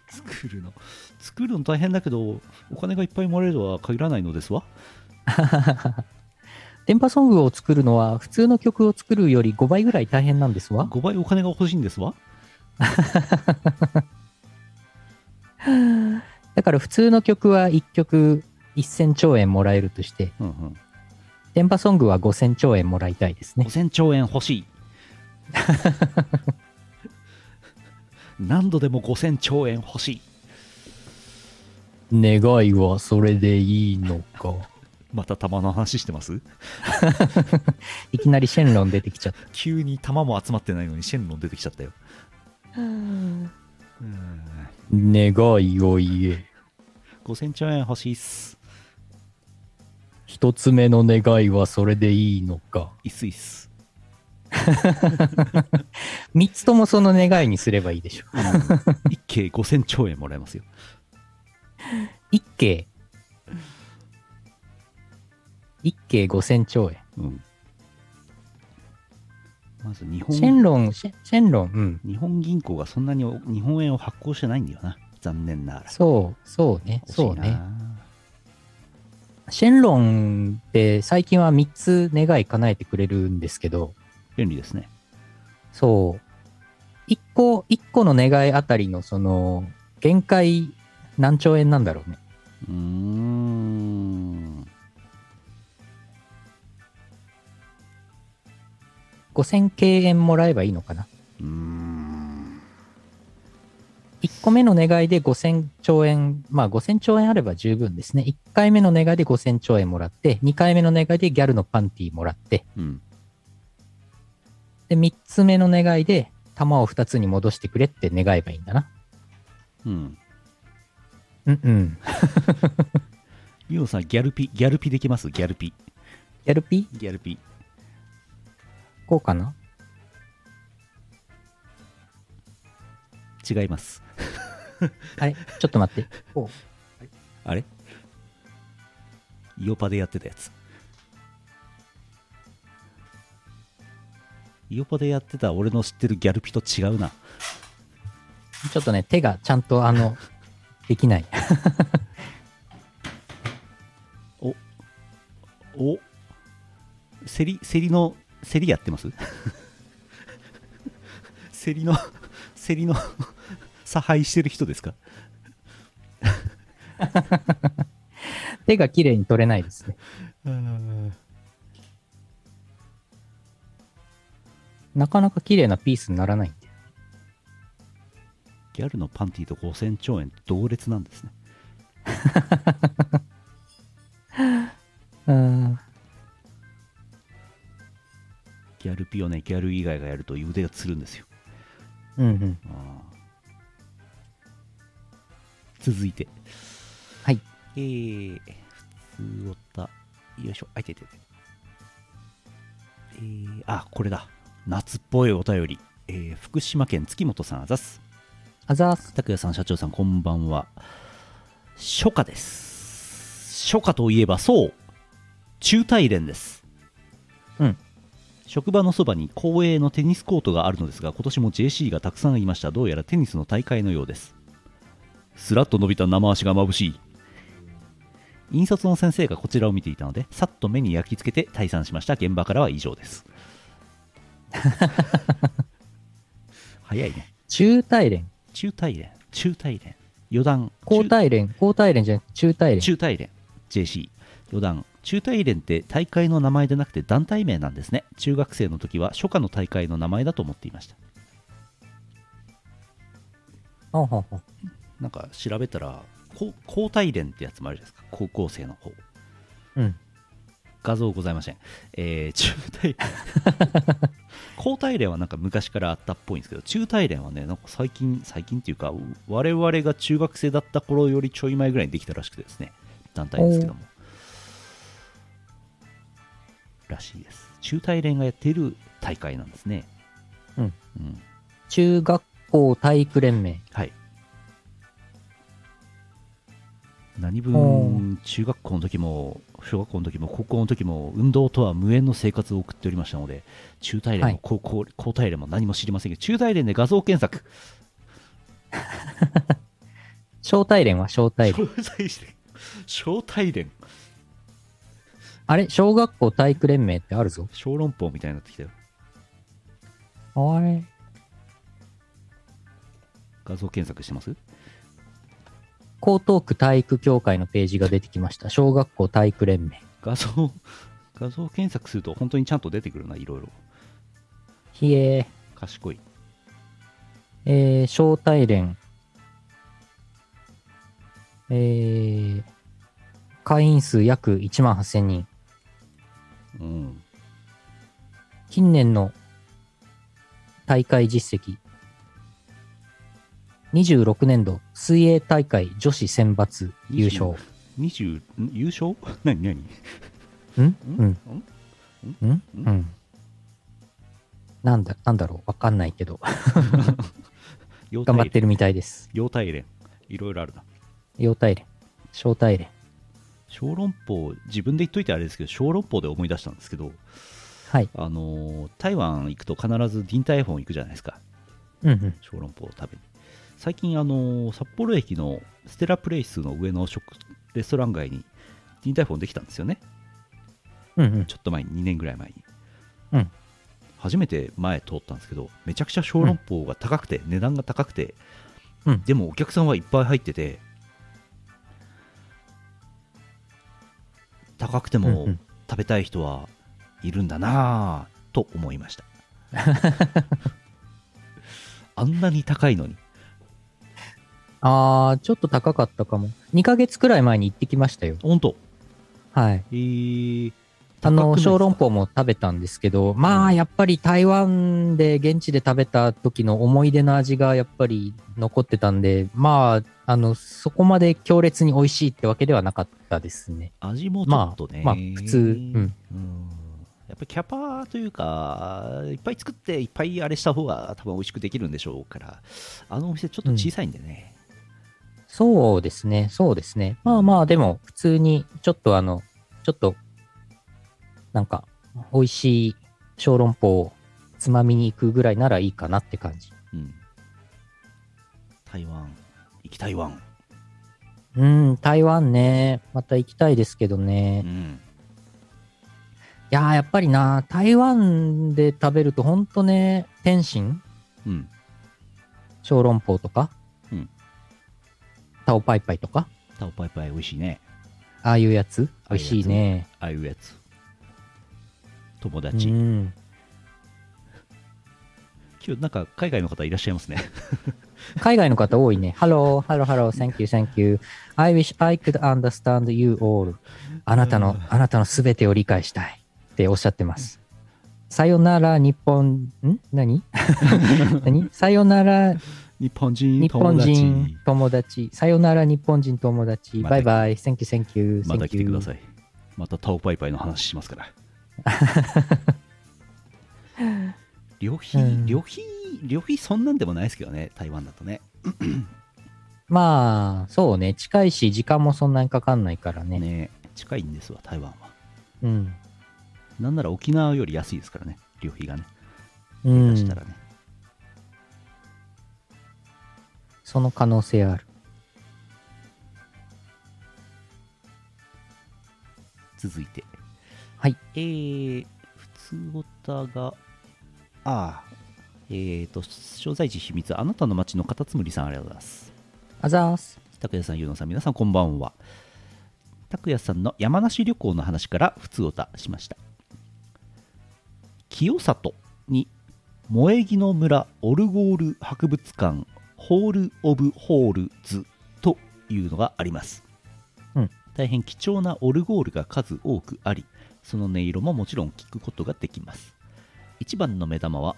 [SPEAKER 2] 作るの作るの大変だけどお金がいっぱいもらえるとは限らないのですわ
[SPEAKER 1] 電波ソングを作るのは、普通の曲を作るより5倍ぐらい大変なんですわ。
[SPEAKER 2] 5倍お金が欲しいんですわ
[SPEAKER 1] だから普通の曲は1曲1000兆円もらえるとして、
[SPEAKER 2] うんうん
[SPEAKER 1] 電波ソングは5000兆円もらいたいですね。
[SPEAKER 2] 5000兆円欲しい何度でも5000兆円欲しい
[SPEAKER 1] 願いはそれでいいのか。
[SPEAKER 2] また玉の話してます
[SPEAKER 1] いきなりシェンロン出てきちゃった。
[SPEAKER 2] 急に玉も集まってないのにシェンロン出てきちゃったようん
[SPEAKER 1] 願いを言え。
[SPEAKER 2] 5000兆円欲しいっす
[SPEAKER 1] 一つ目の願いはそれでいいのか。
[SPEAKER 2] いっすいっす、
[SPEAKER 1] 三つともその願いにすればいいでしょ。
[SPEAKER 2] うん一計5000兆円もらえますよ
[SPEAKER 1] 一計。一計5000兆円。
[SPEAKER 2] うんまず日
[SPEAKER 1] シェン
[SPEAKER 2] 本
[SPEAKER 1] ロン、シェシェンロン、うん。
[SPEAKER 2] 日本銀行がそんなにお日本円を発行してないんだよな残念ながら
[SPEAKER 1] そう、そうね、
[SPEAKER 2] 惜しい
[SPEAKER 1] そ
[SPEAKER 2] な
[SPEAKER 1] うね。シェンロンって最近は3つ願い叶えてくれるんですけど、
[SPEAKER 2] 便利ですね
[SPEAKER 1] そう。1個、一個の願いあたりのその、限界何兆円なんだろうね。
[SPEAKER 2] うーん
[SPEAKER 1] 5000敬円もらえばいいのかな。
[SPEAKER 2] うーん
[SPEAKER 1] 1個目の願いで5000兆円、まあ5000兆円あれば十分ですね。1回目の願いで5000兆円もらって、2回目の願いでギャルのパンティーもらって、
[SPEAKER 2] うん
[SPEAKER 1] で、3つ目の願いで玉を2つに戻してくれって願えばいいんだな。
[SPEAKER 2] うん
[SPEAKER 1] うんうん。
[SPEAKER 2] ユウさんギャルピギャルピできますギャルピ
[SPEAKER 1] ギャルピ
[SPEAKER 2] ギャルピ
[SPEAKER 1] こうかな
[SPEAKER 2] 違います
[SPEAKER 1] あれちょっと待って。こう
[SPEAKER 2] あれイオパでやってたやつイオパでやってた俺の知ってるギャルピと違うな
[SPEAKER 1] ちょっとね、手がちゃんとあの、できない。
[SPEAKER 2] お競り競りの競りやってます 競りの競りの差配してる人ですか
[SPEAKER 1] 手が綺麗に取れないですね。なかなか綺麗なピースにならないんで。
[SPEAKER 2] ギャルのパンティと5000兆円同列なんですね
[SPEAKER 1] うーん。
[SPEAKER 2] ギャルピをねギャル以外がやると腕がつるんですよ
[SPEAKER 1] うんうん。
[SPEAKER 2] あー続いて
[SPEAKER 1] はい。
[SPEAKER 2] えー、普通おたよいしょあいてててえー、あこれだ夏っぽいお便り、えー福島県月本さんあざす
[SPEAKER 1] あざーす。
[SPEAKER 2] 拓也さん社長さんこんばんは初夏です初夏といえばそう中大連です
[SPEAKER 1] うん
[SPEAKER 2] 職場のそばに公営のテニスコートがあるのですが今年も JC がたくさんいましたどうやらテニスの大会のようですすらっと伸びた生足が眩しい印刷の先生がこちらを見ていたのでさっと目に焼き付けて退散しました現場からは以上です早いね
[SPEAKER 1] 中大連、
[SPEAKER 2] 中大連中大連四段
[SPEAKER 1] 高大連、高大連じゃなくて中大連。
[SPEAKER 2] 中大連 JC 四段中大連って大会の名前でなくて団体名なんですね中学生の時は初夏の大会の名前だと思っていました
[SPEAKER 1] ほうほうほう
[SPEAKER 2] なんか調べたらこう高大連ってやつもあるじゃないですか高校生の方
[SPEAKER 1] うん。
[SPEAKER 2] 画像ございませんえー、中 大連高大連はなんか昔からあったっぽいんですけど中大連はねなんか最近最近っていうか我々が中学生だった頃よりちょい前ぐらいにできたらしくてですね団体ですけどもらしいです中大連がやっている大会なんですね
[SPEAKER 1] うん、
[SPEAKER 2] うん、
[SPEAKER 1] 中学校体育連盟。
[SPEAKER 2] はい。何
[SPEAKER 1] ほ
[SPEAKER 2] 分、中学校の時も、小学校の時も、高校の時も、運動とは無縁の生活を送っておりましたので、中大連
[SPEAKER 1] は
[SPEAKER 2] も
[SPEAKER 1] い
[SPEAKER 2] 高校、高大連も何も知りませんけど、中大連で画像検索、
[SPEAKER 1] 小大連は小大連。
[SPEAKER 2] 小大連、小大連、
[SPEAKER 1] あれ小学校体育連盟ってあるぞ。
[SPEAKER 2] 小籠包みたいになってきたよ。
[SPEAKER 1] あれ
[SPEAKER 2] 画像検索してます
[SPEAKER 1] 江東区体育協会のページが出てきました。小学校体育連盟。
[SPEAKER 2] 画像、画像検索すると本当にちゃんと出てくるな、いろいろ。
[SPEAKER 1] ひえ
[SPEAKER 2] 賢い。
[SPEAKER 1] ー、えー、小大連。えー、会員数約1万8000人。
[SPEAKER 2] うん。
[SPEAKER 1] 近年の大会実績。26年度水泳大会女子選抜優勝。
[SPEAKER 2] 20、ん優勝何何
[SPEAKER 1] んうん。
[SPEAKER 2] ん
[SPEAKER 1] うんうん。なんだ、なんだろうわかんないけど。
[SPEAKER 2] 幼
[SPEAKER 1] 頑張
[SPEAKER 2] 大
[SPEAKER 1] って
[SPEAKER 2] 連、
[SPEAKER 1] るみたいです。
[SPEAKER 2] 幼大連、いろいろあるな。
[SPEAKER 1] 幼体連。小体連。
[SPEAKER 2] 小籠包自分で言っといてあれですけど小籠包で思い出したんですけど、
[SPEAKER 1] はい。
[SPEAKER 2] あのー台湾行くと必ずディンタイフォン行くじゃないですか
[SPEAKER 1] うんうん。
[SPEAKER 2] 小籠包を食べに最近、あのー札幌駅のステラプレイスの上の食レストラン街にディンタイフォンできたんですよね
[SPEAKER 1] うんうん
[SPEAKER 2] ち。ょっと前に2年ぐらい前に、
[SPEAKER 1] うん
[SPEAKER 2] 初めて前通ったんですけどめちゃくちゃ小籠包が高くて、値段が高くて、
[SPEAKER 1] うん
[SPEAKER 2] でもお客さんはいっぱい入ってて高くて
[SPEAKER 1] うんう
[SPEAKER 2] も
[SPEAKER 1] ん
[SPEAKER 2] 食べたい人はいるんだなぁと思い ましたあんなに高いのに
[SPEAKER 1] あー、ちょっと高かったかも。2ヶ月くらい前に行ってきましたよ。
[SPEAKER 2] 本当
[SPEAKER 1] はい。
[SPEAKER 2] えー、
[SPEAKER 1] あ
[SPEAKER 2] 高くない
[SPEAKER 1] の、
[SPEAKER 2] ですか
[SPEAKER 1] 小籠包も食べたんですけど、まあ、やっぱり台湾で、現地で食べた時の思い出の味がやっぱり残ってたんで、まあ、あの、そこまで強烈に美味しいってわけではなかったですね。
[SPEAKER 2] 味もちょ
[SPEAKER 1] ま
[SPEAKER 2] っと
[SPEAKER 1] あ
[SPEAKER 2] ね、、
[SPEAKER 1] まあ、普通。うん。
[SPEAKER 2] うんやっぱりキャパというか、いっぱい作って、いっぱいあれした方が多分美味しくできるんでしょうから、あのお店ちょっと小さいんでね、
[SPEAKER 1] そうですね、そうですね。まあまあ、でも、普通に、ちょっとあの、ちょっと、なんか、美味しい小籠包をつまみに行くぐらいならいいかなって感じ。
[SPEAKER 2] うん台湾、行き台湾、
[SPEAKER 1] うん、台湾ね、また行きたいですけど
[SPEAKER 2] う
[SPEAKER 1] ね。
[SPEAKER 2] ん、
[SPEAKER 1] いやー、やっぱりな、台湾で食べると、ほんとね、天津
[SPEAKER 2] うん、
[SPEAKER 1] 小籠包とか、
[SPEAKER 2] うん
[SPEAKER 1] タオパイパイとか、
[SPEAKER 2] タオパイパイ美味しいね、
[SPEAKER 1] ああいうやつ、
[SPEAKER 2] ああ
[SPEAKER 1] 美味
[SPEAKER 2] いうやつ
[SPEAKER 1] しいね。
[SPEAKER 2] ああいうやつ、友
[SPEAKER 1] う
[SPEAKER 2] 達、
[SPEAKER 1] ん。
[SPEAKER 2] 今日なんか海外の方いらっしゃいますね、
[SPEAKER 1] 海外の方多いね。Hello, hello, hello, thank you, thank you. I wish I could understand you all. あなたの、あなたのすべてを理解したいっておっしゃってます。さよなら日本、ん何 何さよなら
[SPEAKER 2] 日本 人、
[SPEAKER 1] 日本
[SPEAKER 2] 友
[SPEAKER 1] 人
[SPEAKER 2] 達
[SPEAKER 1] 友達。さよなら日本人友達。
[SPEAKER 2] また
[SPEAKER 1] バイバイ。Thank you, thank you.
[SPEAKER 2] また来てくださ
[SPEAKER 1] い。
[SPEAKER 2] い、またタオパイパイの話しま すから。旅費、
[SPEAKER 1] うん
[SPEAKER 2] 旅費、旅費そんなんでもないですけどね、台湾だとね。
[SPEAKER 1] まあ、そうね。近いし、時間もそんなにかかんないからね。
[SPEAKER 2] ね近いんですわ、台湾は。
[SPEAKER 1] うん。
[SPEAKER 2] なんなら沖縄より安いですからね。旅費がね
[SPEAKER 1] う
[SPEAKER 2] 下手した
[SPEAKER 1] ん
[SPEAKER 2] ら。ね、
[SPEAKER 1] その可能性ある。
[SPEAKER 2] 続いて
[SPEAKER 1] はい
[SPEAKER 2] えー、普通オタがああえっ、と所在地秘密あなたの町のカタツムリさんありがとうございます
[SPEAKER 1] あざーす。
[SPEAKER 2] 拓也さん、ゆうのさん、皆さん、こんばんは。拓也さんの山梨旅行の話から、普通おたしました。清里に、萌え木の村オルゴール博物館、ホール・オブ・ホールズというのがあります。
[SPEAKER 1] うん
[SPEAKER 2] 大変貴重なオルゴールが数多くあり、その音色ももちろん聞くことができます。一番の目玉は、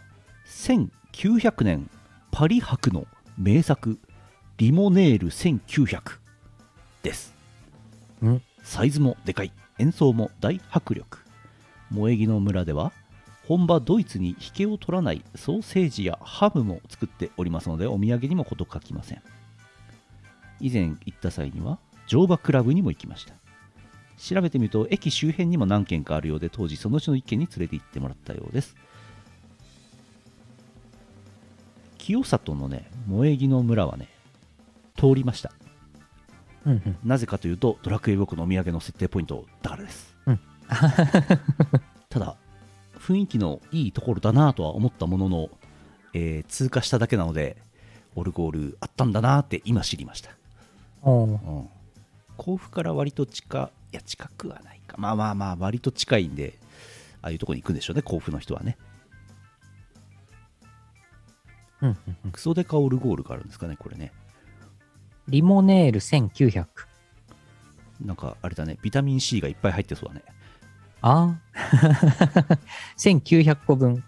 [SPEAKER 2] 1900年パリ博の名作、リモネール1900です
[SPEAKER 1] うん
[SPEAKER 2] サイズもでかい演奏も大迫力萌え木の村では本場ドイツに引けを取らないソーセージやハムも作っておりますのでお土産にも事欠きません以前行った際には乗馬クラブにも行きました調べてみると駅周辺にも何軒かあるようで当時そのうちの1軒に連れて行ってもらったようです清里のね萌え木の村はね通りました
[SPEAKER 1] うんうん。
[SPEAKER 2] なぜかというとドラクエウォークのお土産の設定ポイントだからです、
[SPEAKER 1] うん
[SPEAKER 2] ただ雰囲気のいいところだなとは思ったものの、えー通過しただけなのでオルゴールあったんだなって今知りました、
[SPEAKER 1] おー
[SPEAKER 2] うん、甲府から割と近いや近くはないかまあまあまあ割と近いんでああいうとこに行くんでしょうね甲府の人はね
[SPEAKER 1] うんうんうん。
[SPEAKER 2] クソデカオルゴールがあるんですかねこれね
[SPEAKER 1] リモネール1900。
[SPEAKER 2] なんかあれだねビタミン C がいっぱい入ってそうだね
[SPEAKER 1] ああ。1900個分。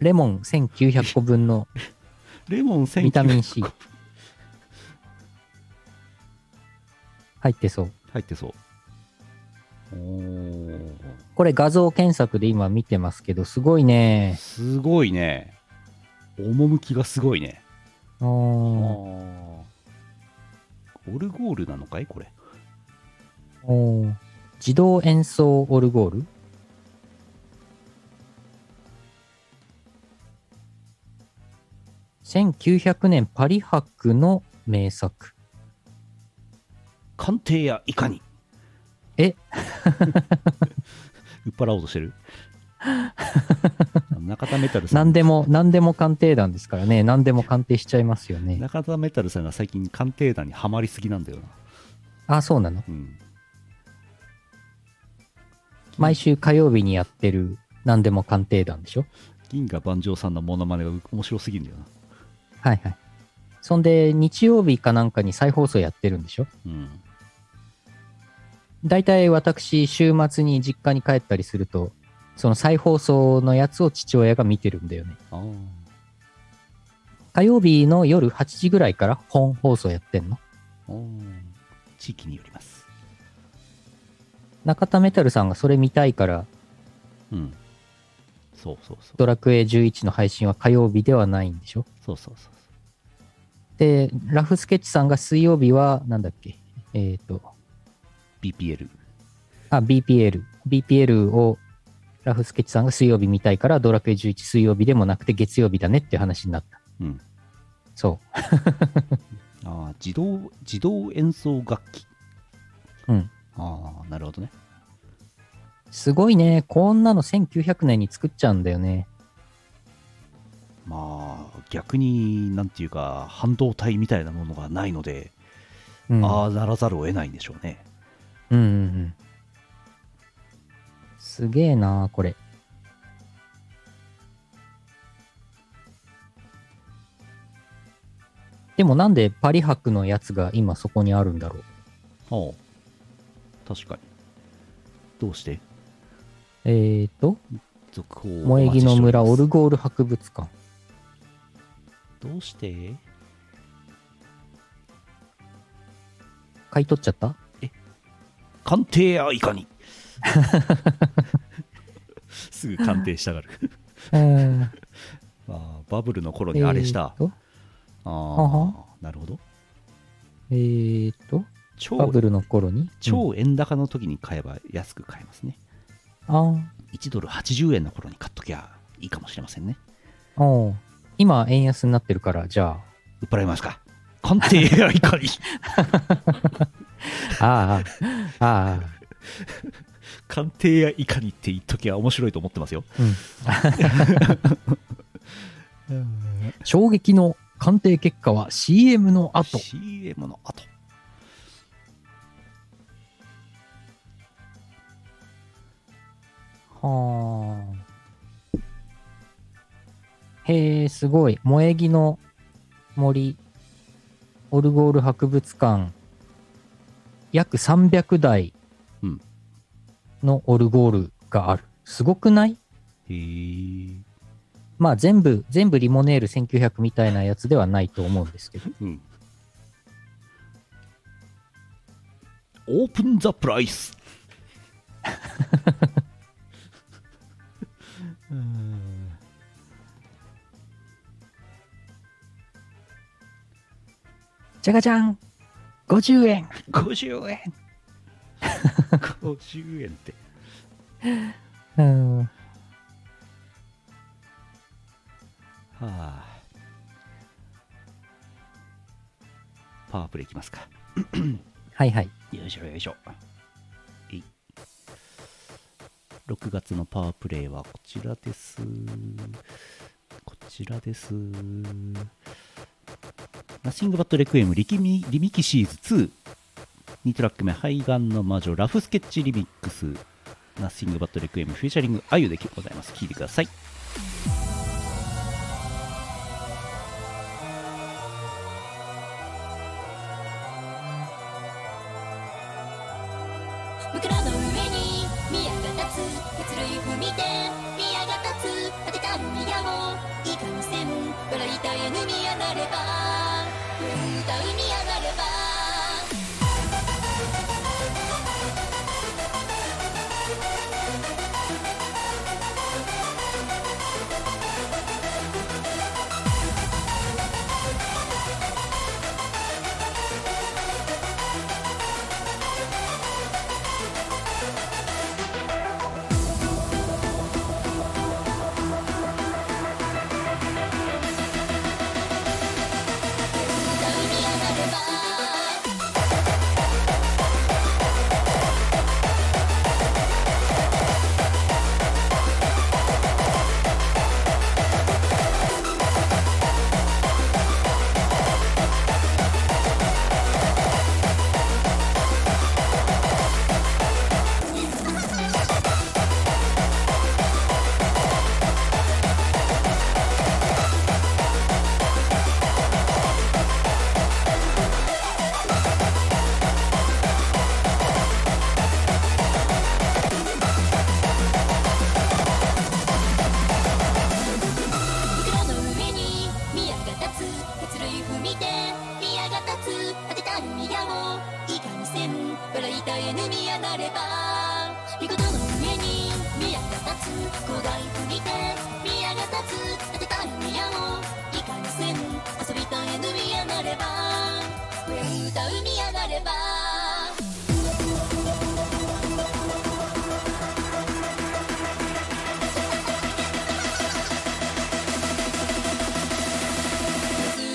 [SPEAKER 1] レモン1900個分の
[SPEAKER 2] レモン1900
[SPEAKER 1] ビタミン C 入ってそう。
[SPEAKER 2] 入ってそうおー
[SPEAKER 1] これ画像検索で今見てますけど、すごいね。
[SPEAKER 2] すごいね趣がすごいね
[SPEAKER 1] おー
[SPEAKER 2] オルゴールなのかいこれ
[SPEAKER 1] おー自動演奏オルゴール1900年パリ博の名作。
[SPEAKER 2] 鑑定やいかに
[SPEAKER 1] え
[SPEAKER 2] 売っ払おうとしてる中田メタルさん
[SPEAKER 1] 何でも、何でも鑑定団ですからね。何でも鑑定しちゃいますよね。
[SPEAKER 2] 中田メタルさんが最近鑑定団にはまりすぎなんだよな、
[SPEAKER 1] あ、そうなの。
[SPEAKER 2] うん、
[SPEAKER 1] 毎週火曜日にやってる何でも鑑定団でしょ
[SPEAKER 2] 銀河万丈さんのモノマネが面白すぎるんだよな
[SPEAKER 1] はいはい。そんで、日曜日かなんかに再放送やってるんでしょ
[SPEAKER 2] うん
[SPEAKER 1] 大体私、週末に実家に帰ったりすると、その再放送のやつを父親が見てるんだよね。
[SPEAKER 2] あー
[SPEAKER 1] 火曜日の夜8時ぐらいから本放送やってんの
[SPEAKER 2] あー地域によります
[SPEAKER 1] 中田メタルさんがそれ見たいから、
[SPEAKER 2] うんそうそうそう
[SPEAKER 1] ドラクエ11の配信は火曜日ではないんでしょ
[SPEAKER 2] そうそうそう
[SPEAKER 1] で、ラフスケッチさんが水曜日は、なんだっけ、えっ、と、
[SPEAKER 2] BPL
[SPEAKER 1] あ、BPL。BPL をラフスケッチさんが水曜日見たいから、ドラクエ11水曜日でもなくて月曜日だねって話になった。
[SPEAKER 2] うん
[SPEAKER 1] そ
[SPEAKER 2] ああ自動自動演奏楽器
[SPEAKER 1] う。うん。
[SPEAKER 2] ああなるほどね
[SPEAKER 1] すごいね。こんなの1900年に作っちゃうんだよね。
[SPEAKER 2] まあ逆になんていうか半導体みたいなものがないので、
[SPEAKER 1] うん。
[SPEAKER 2] ああならざるを得ないんでしょうね
[SPEAKER 1] うんうんうん。すげえな、これ。でもなんでパリ博のやつが今そこにあるんだろう
[SPEAKER 2] ああ確かにどうして
[SPEAKER 1] えーと、
[SPEAKER 2] 続報をお
[SPEAKER 1] 萌え木
[SPEAKER 2] 待ちしてお
[SPEAKER 1] の
[SPEAKER 2] ります
[SPEAKER 1] 村オルゴール博物館。
[SPEAKER 2] どうして
[SPEAKER 1] 買い取っちゃった
[SPEAKER 2] 鑑定やいか にすぐ鑑定した がる
[SPEAKER 1] うん。
[SPEAKER 2] あーバブルの頃にあれした、
[SPEAKER 1] えーと
[SPEAKER 2] あ
[SPEAKER 1] は
[SPEAKER 2] あ
[SPEAKER 1] は
[SPEAKER 2] なるほど
[SPEAKER 1] えーと、バ
[SPEAKER 2] 超
[SPEAKER 1] ブルの頃に。
[SPEAKER 2] 超円高の時に買えば安く買えますね、
[SPEAKER 1] あ
[SPEAKER 2] 1ドル80円の頃に買っときゃいいかもしれませんね。
[SPEAKER 1] あ。おう今、円安になってるから、じゃ
[SPEAKER 2] 売っ払いますか。鑑定やいかに。
[SPEAKER 1] あ。ああ。ああ。
[SPEAKER 2] 鑑定やいかにって言っときゃ面白いと思ってますよ。
[SPEAKER 1] うん。衝撃の鑑定結果は CM の
[SPEAKER 2] あ
[SPEAKER 1] 後
[SPEAKER 2] と。CM の後。
[SPEAKER 1] はあ。へえ、すごい。萌え木の森、オルゴール博物館、約300台
[SPEAKER 2] うん
[SPEAKER 1] のオルゴールがある。すごくない
[SPEAKER 2] へえ。
[SPEAKER 1] まあ全部、全部リモネール1900みたいなやつではないと思うんですけど。
[SPEAKER 2] うん。オープンザプライス。
[SPEAKER 1] じゃがじゃん !50 円
[SPEAKER 2] 50円 !50 円って。
[SPEAKER 1] うん。
[SPEAKER 2] はあ。パワープレイいきますか。
[SPEAKER 1] はいはい。
[SPEAKER 2] よいしょよいしょ。えい6月のパワープレイはこちらです。こちらです。ナッシングバットレクエムリキミリミキシーズ2。2トラック目、肺がんの魔女、ラフスケッチリミックス。ナッシングバットレクエムフューチャリングあゆでございます。聴いてください。
[SPEAKER 3] 枕の上に宮が立つ移ろい踏みて宮が立つ当てたる宮をいかにせん笑い絶えぬ宮なれば歌う宮なれば歌う宮なれば桜の上に宮が立つ移ろい踏みて宮が立つ当てたる宮をいかにせん笑い絶えぬ宮なれば見事の上に宮が立つ古代踏みて宮が立つ当てたる宮をいかにせん遊び絶えぬ宮なれば歌う宮なれば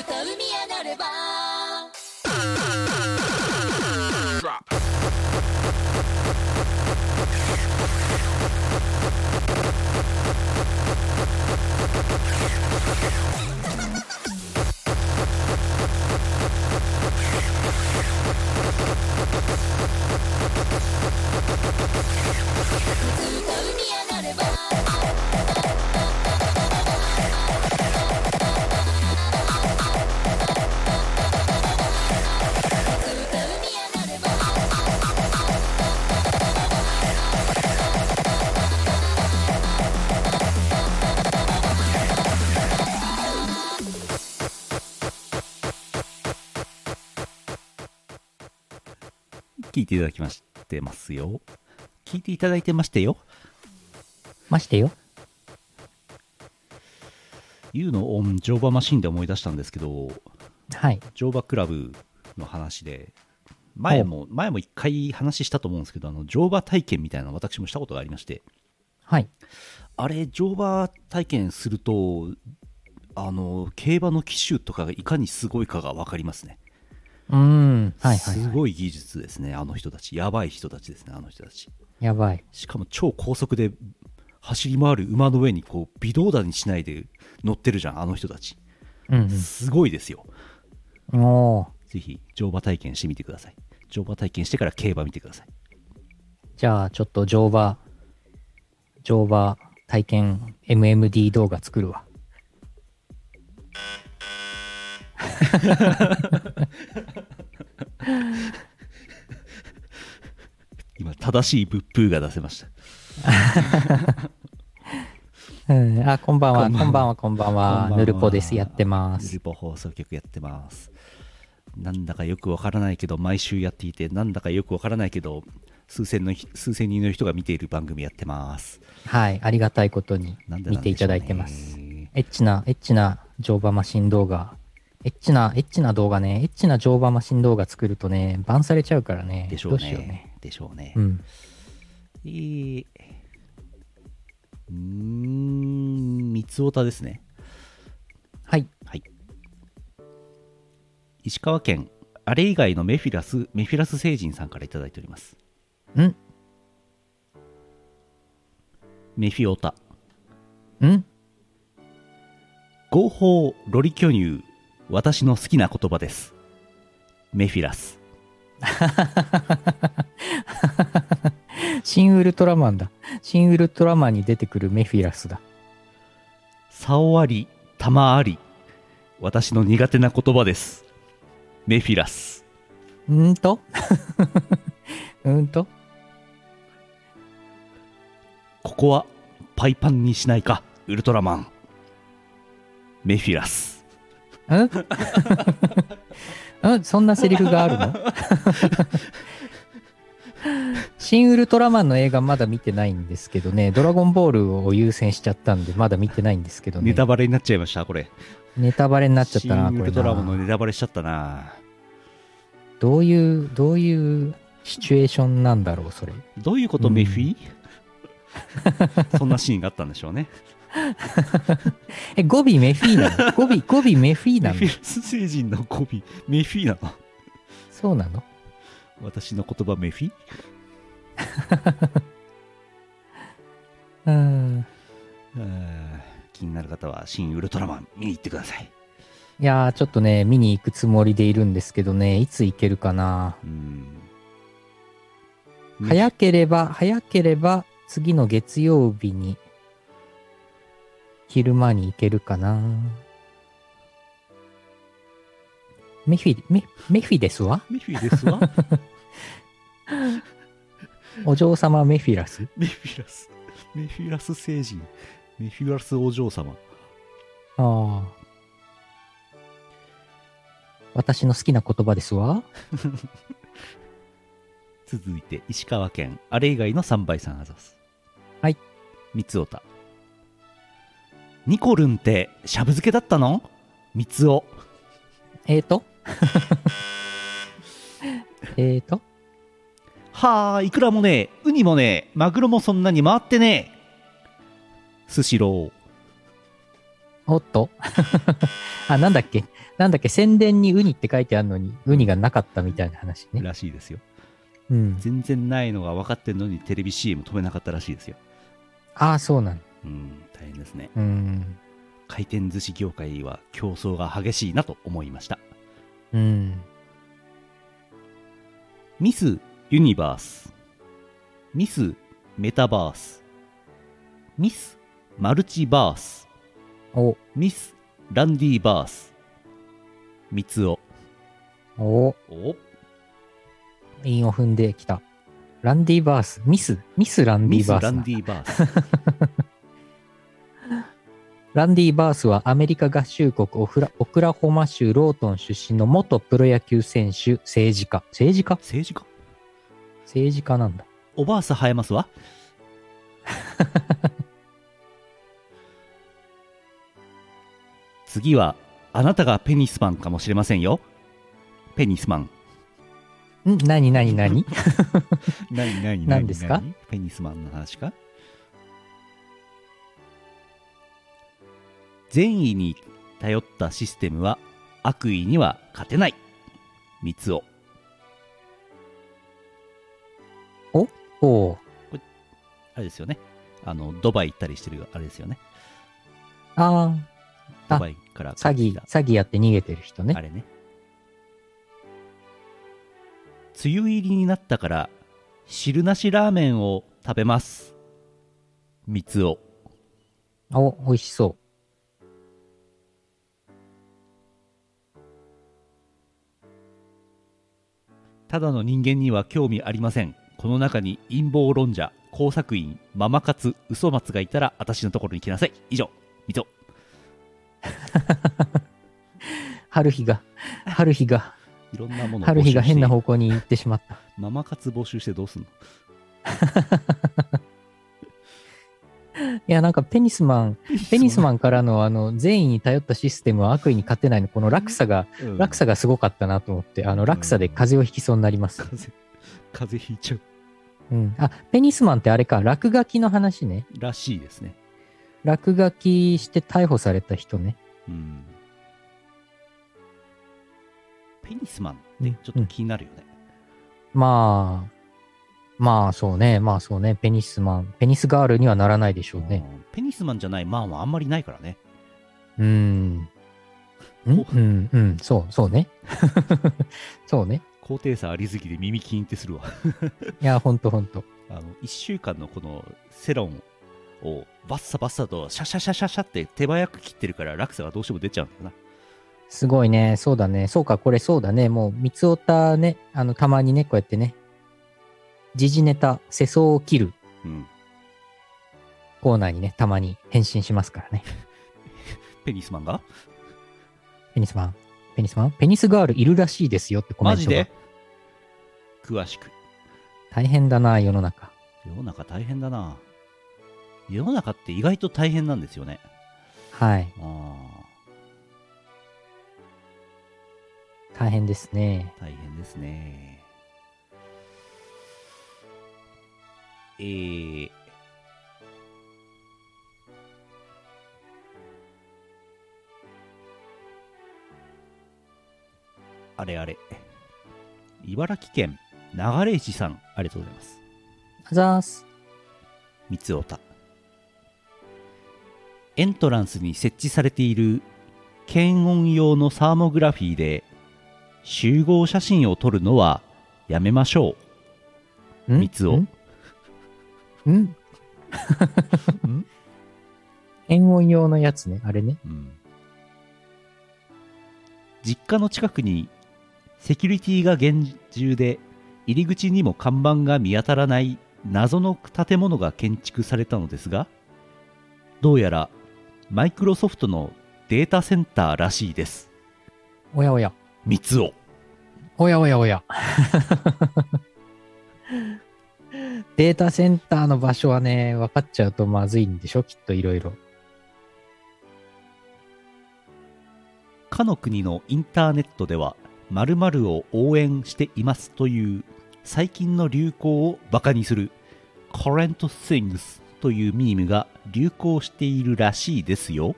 [SPEAKER 3] 歌う宮なれば歌う宮なれば歌う宮なれば
[SPEAKER 2] 聴いていただきましてますよ。聴いていただいてましてよ。
[SPEAKER 1] ましてよ。
[SPEAKER 2] ユーのオン乗馬マシンで思い出したんですけど、
[SPEAKER 1] はい。
[SPEAKER 2] 乗馬クラブの話で前も前も一回話したと思うんですけどあの乗馬体験みたいなの私もしたことがありまして
[SPEAKER 1] はい。
[SPEAKER 2] あれ、乗馬体験すると、あの、競馬の騎手とかがいかにすごいかが分かりますね。
[SPEAKER 1] うーん。はいはい、
[SPEAKER 2] す
[SPEAKER 1] は
[SPEAKER 2] ごい技術ですね、あの人たち。やばい人たちですね、あの人たち。
[SPEAKER 1] い。やばい。
[SPEAKER 2] しかも超高速で走り回る馬の上にこう微動だにしないで乗ってるじゃん、あの人たち。
[SPEAKER 1] うん、
[SPEAKER 2] すごいですよ。
[SPEAKER 1] うん。おー
[SPEAKER 2] ぜひ乗馬体験してみてください。乗馬体験してから競馬見てください。
[SPEAKER 1] じゃあ、ちょっと乗馬、乗馬体験 MMD 動画作るわ。
[SPEAKER 2] 今、正しいブップーが出せました。
[SPEAKER 1] うん、あ、こんばんは、
[SPEAKER 2] こ
[SPEAKER 1] こ
[SPEAKER 2] ん
[SPEAKER 1] ん
[SPEAKER 2] ば
[SPEAKER 1] ば
[SPEAKER 2] ん
[SPEAKER 1] んは、こんばん
[SPEAKER 2] こんば
[SPEAKER 1] は
[SPEAKER 2] ん。は
[SPEAKER 1] ぬるぽです、やってま
[SPEAKER 2] ヌ
[SPEAKER 1] す
[SPEAKER 2] ル。ポ放送局やってます。なんだかよくわからないけど、毎週やっていて、なんだかよくわからないけど、数千のひ数千人の人が見ている番組やってます。
[SPEAKER 1] はい、ありがたいことに
[SPEAKER 2] なんで
[SPEAKER 1] 見
[SPEAKER 2] なんでしょうね
[SPEAKER 1] ていただいてます。エッチな、エッチな乗馬マシン動画。エッチな、エッチな動画ね、エッチな乗馬マシン動画作るとね、バンされちゃうからね。
[SPEAKER 2] でしょ
[SPEAKER 1] ど
[SPEAKER 2] う
[SPEAKER 1] うしようね。
[SPEAKER 2] ね。でしょうね。
[SPEAKER 1] うん。
[SPEAKER 2] えーうーん、三つおたですね。
[SPEAKER 1] はい。
[SPEAKER 2] はい。石川県、あれ以外のメフィラス、メフィラス星人さんからいただいております。
[SPEAKER 1] ん
[SPEAKER 2] メフィオタ。
[SPEAKER 1] ん
[SPEAKER 2] 合法ロリ巨乳私の好きな言葉ですメフィラス
[SPEAKER 1] シン・ウルトラマンだ。シン・ウルトラマンに出てくるメフィラスだ。
[SPEAKER 2] サオあり玉あり私の苦手な言葉ですメフィラス
[SPEAKER 1] うーんと うーんと
[SPEAKER 2] ここはパイパンにしないかウルトラマンメフィラス
[SPEAKER 1] んんそんなセリフがある の新ウルトラマンの映画まだ見てないんですけどね、ドラゴンボールを優先しちゃったんで、まだ見てないんですけどね。
[SPEAKER 2] ネタバレになっちゃいましたこれ
[SPEAKER 1] ネタバレになっちゃったな、
[SPEAKER 2] シン
[SPEAKER 1] こ
[SPEAKER 2] ウ
[SPEAKER 1] れ
[SPEAKER 2] ルトラマンの
[SPEAKER 1] な。
[SPEAKER 2] ネタバレしちゃったな
[SPEAKER 1] どういう、どういうシチュエーションなんだろう、それ。
[SPEAKER 2] どういうこと、
[SPEAKER 1] うん
[SPEAKER 2] メフィ そんなシーンがあったんでしょうね
[SPEAKER 1] え、語尾メフィーな の語尾、語尾メフィー
[SPEAKER 2] メ
[SPEAKER 1] な
[SPEAKER 2] フィ
[SPEAKER 1] の
[SPEAKER 2] ラス星人の語尾メフィなの
[SPEAKER 1] そうなの
[SPEAKER 2] 私の言葉メフィ
[SPEAKER 1] うーん。
[SPEAKER 2] えー気になる方は「新ウルトラマン」見に行ってください
[SPEAKER 1] いやー、ちょっとね、見に行くつもりでいるんですけどね、いつ行けるかな。
[SPEAKER 2] うん
[SPEAKER 1] 早ければ、早ければ、次の月曜日に、昼間に行けるかな。メフィ、メメフィですわ
[SPEAKER 2] メフィです わ
[SPEAKER 1] お嬢様メフィラス。
[SPEAKER 2] メフィラスメフィラス星人メフィラスお嬢様
[SPEAKER 1] ああ。私の好きな言葉ですわ。
[SPEAKER 2] 続いて石川県あれ以外の3倍さんあざす
[SPEAKER 1] はい
[SPEAKER 2] 三つおたニコルンってしゃぶ漬けだったの三つお
[SPEAKER 1] えー とえーと
[SPEAKER 2] はあいくらもねえウニもねえマグロもそんなに回ってねえスシロー
[SPEAKER 1] おっとあ、なんだっけなんだっけ宣伝にウニって書いてあるのに、ウニがなかったみたいな話ね。
[SPEAKER 2] らしいですよ
[SPEAKER 1] うん。
[SPEAKER 2] 全然ないのが分かってるのにテレビ CM 止めなかったらしいですよ。
[SPEAKER 1] ああ、そうなんだ。
[SPEAKER 2] うん、大変ですね。
[SPEAKER 1] うん。
[SPEAKER 2] 回転寿司業界は競争が激しいなと思いました。
[SPEAKER 1] うん。
[SPEAKER 2] ミス・ユニバース。ミス・メタバース。ミス・マルチバース。
[SPEAKER 1] お、
[SPEAKER 2] ミス・ランディバース。三つお。
[SPEAKER 1] お、
[SPEAKER 2] お
[SPEAKER 1] 韻を踏んできた。ランディバース、ミス、ミスランデ
[SPEAKER 2] ミ
[SPEAKER 1] ィ
[SPEAKER 2] ス・
[SPEAKER 1] バース
[SPEAKER 2] ラ
[SPEAKER 1] な
[SPEAKER 2] ンディバース。
[SPEAKER 1] ランディ・バースはアメリカ合衆国オフラオクラホマ州ロートン出身の元プロ野球選手、政治家。政治家
[SPEAKER 2] 政治家
[SPEAKER 1] 政治家なんだ。
[SPEAKER 2] おばあさ生えますわ。次は、あなたがペニスマンかもしれませんよ。ペニスマン。
[SPEAKER 1] ん何 何何
[SPEAKER 2] 何何
[SPEAKER 1] 何ですか
[SPEAKER 2] ペニスマンの話か善意に頼ったシステムは悪意には勝てない三つを
[SPEAKER 1] おう
[SPEAKER 2] あれですよねあのドバイ行ったりしてるあれですよね
[SPEAKER 1] ああ
[SPEAKER 2] ドバイから
[SPEAKER 1] あ、詐
[SPEAKER 2] 帰ってき
[SPEAKER 1] 欺、
[SPEAKER 2] た
[SPEAKER 1] 詐欺やって逃げてる人ね
[SPEAKER 2] あ。れね梅雨入りになったから汁なしラーメンを食べます三つを
[SPEAKER 1] お、美味しそ
[SPEAKER 2] ただの人間には興味ありませんこの中に陰謀論者工作員ママ活嘘松がいたら私のところに来なさい以上水
[SPEAKER 1] う。
[SPEAKER 2] 戸
[SPEAKER 1] 春日 が、春日が、
[SPEAKER 2] いろんなものを募集 して
[SPEAKER 1] 春日が変な方向に行ってしまった。
[SPEAKER 2] ママ活募集してどうすんの
[SPEAKER 1] いや、なんかペニスマン、 ペニスマンからのあの、善意に頼ったシステムは悪意に勝てないの、この落差が、
[SPEAKER 2] うん
[SPEAKER 1] 落差がすごかったなと思って、あの、落差で風邪をひきそうになります。
[SPEAKER 2] 風邪風邪ひいちゃ
[SPEAKER 1] う
[SPEAKER 2] う
[SPEAKER 1] ん。あ、ペニスマンってあれか、落書きの話ね。
[SPEAKER 2] らしいですね
[SPEAKER 1] 落書きして逮捕された人ね。
[SPEAKER 2] うんペニスマンってちょっと気になるよね、
[SPEAKER 1] まあ、まあそうね、まあそうね、ペニスマン、ペニスガールにはならないでしょうね。
[SPEAKER 2] うんペニスマンじゃないマンはあんまりないからね
[SPEAKER 1] うーん。うん、うん、うん、そう、そうね。 そうね。
[SPEAKER 2] 高低差ありすぎて耳キーンってするわ
[SPEAKER 1] いや、ほんとほんと。
[SPEAKER 2] あの1週間のこのセロンをバッサバッサとシャシャシャシャシャって手早く切ってるから落差がどうしても出ちゃうんだよな
[SPEAKER 1] すごいね。そうだね。そうか、これそうだね。もう、三つおたね、あの、たまにね、こうやってね、時事ネタ、世相を切る
[SPEAKER 2] うん
[SPEAKER 1] コーナーにね、たまに返信しますからね。
[SPEAKER 2] ペニスマンが
[SPEAKER 1] ペニスマン、ペニスマン、ペニスガールいるらしいですよってコメ
[SPEAKER 2] マ
[SPEAKER 1] ン
[SPEAKER 2] ジ
[SPEAKER 1] トが
[SPEAKER 2] で。詳しく
[SPEAKER 1] 大変だな、世の中。
[SPEAKER 2] 世の中大変だな世の中って意外と大変なんですよね
[SPEAKER 1] はい。
[SPEAKER 2] ああ
[SPEAKER 1] 大変ですね。
[SPEAKER 2] 大変ですね。えー、あれあれ。茨城県流石さん、ありがとうございます。
[SPEAKER 1] あざーす。
[SPEAKER 2] 三つおたエントランスに設置されている検温用のサーモグラフィーで集合写真を撮るのはやめましょ
[SPEAKER 1] ん
[SPEAKER 2] 三つを
[SPEAKER 1] ん ん
[SPEAKER 2] う、うん
[SPEAKER 1] 変音用のやつね。あれね。
[SPEAKER 2] 実家の近くにセキュリティが厳重で入り口にも看板が見当たらない謎の建物が建築されたのですがどうやらマイクロソフトのデータセンターらしいです
[SPEAKER 1] おやおや。
[SPEAKER 2] 三つを
[SPEAKER 1] おやおやお や。データセンターの場所はね、分かっちゃうとまずいんでしょきっといろいろ。
[SPEAKER 2] かの国のインターネットでは〇〇を応援していますという最近の流行をバカにする Current Things というミームが流行しているらしいですよ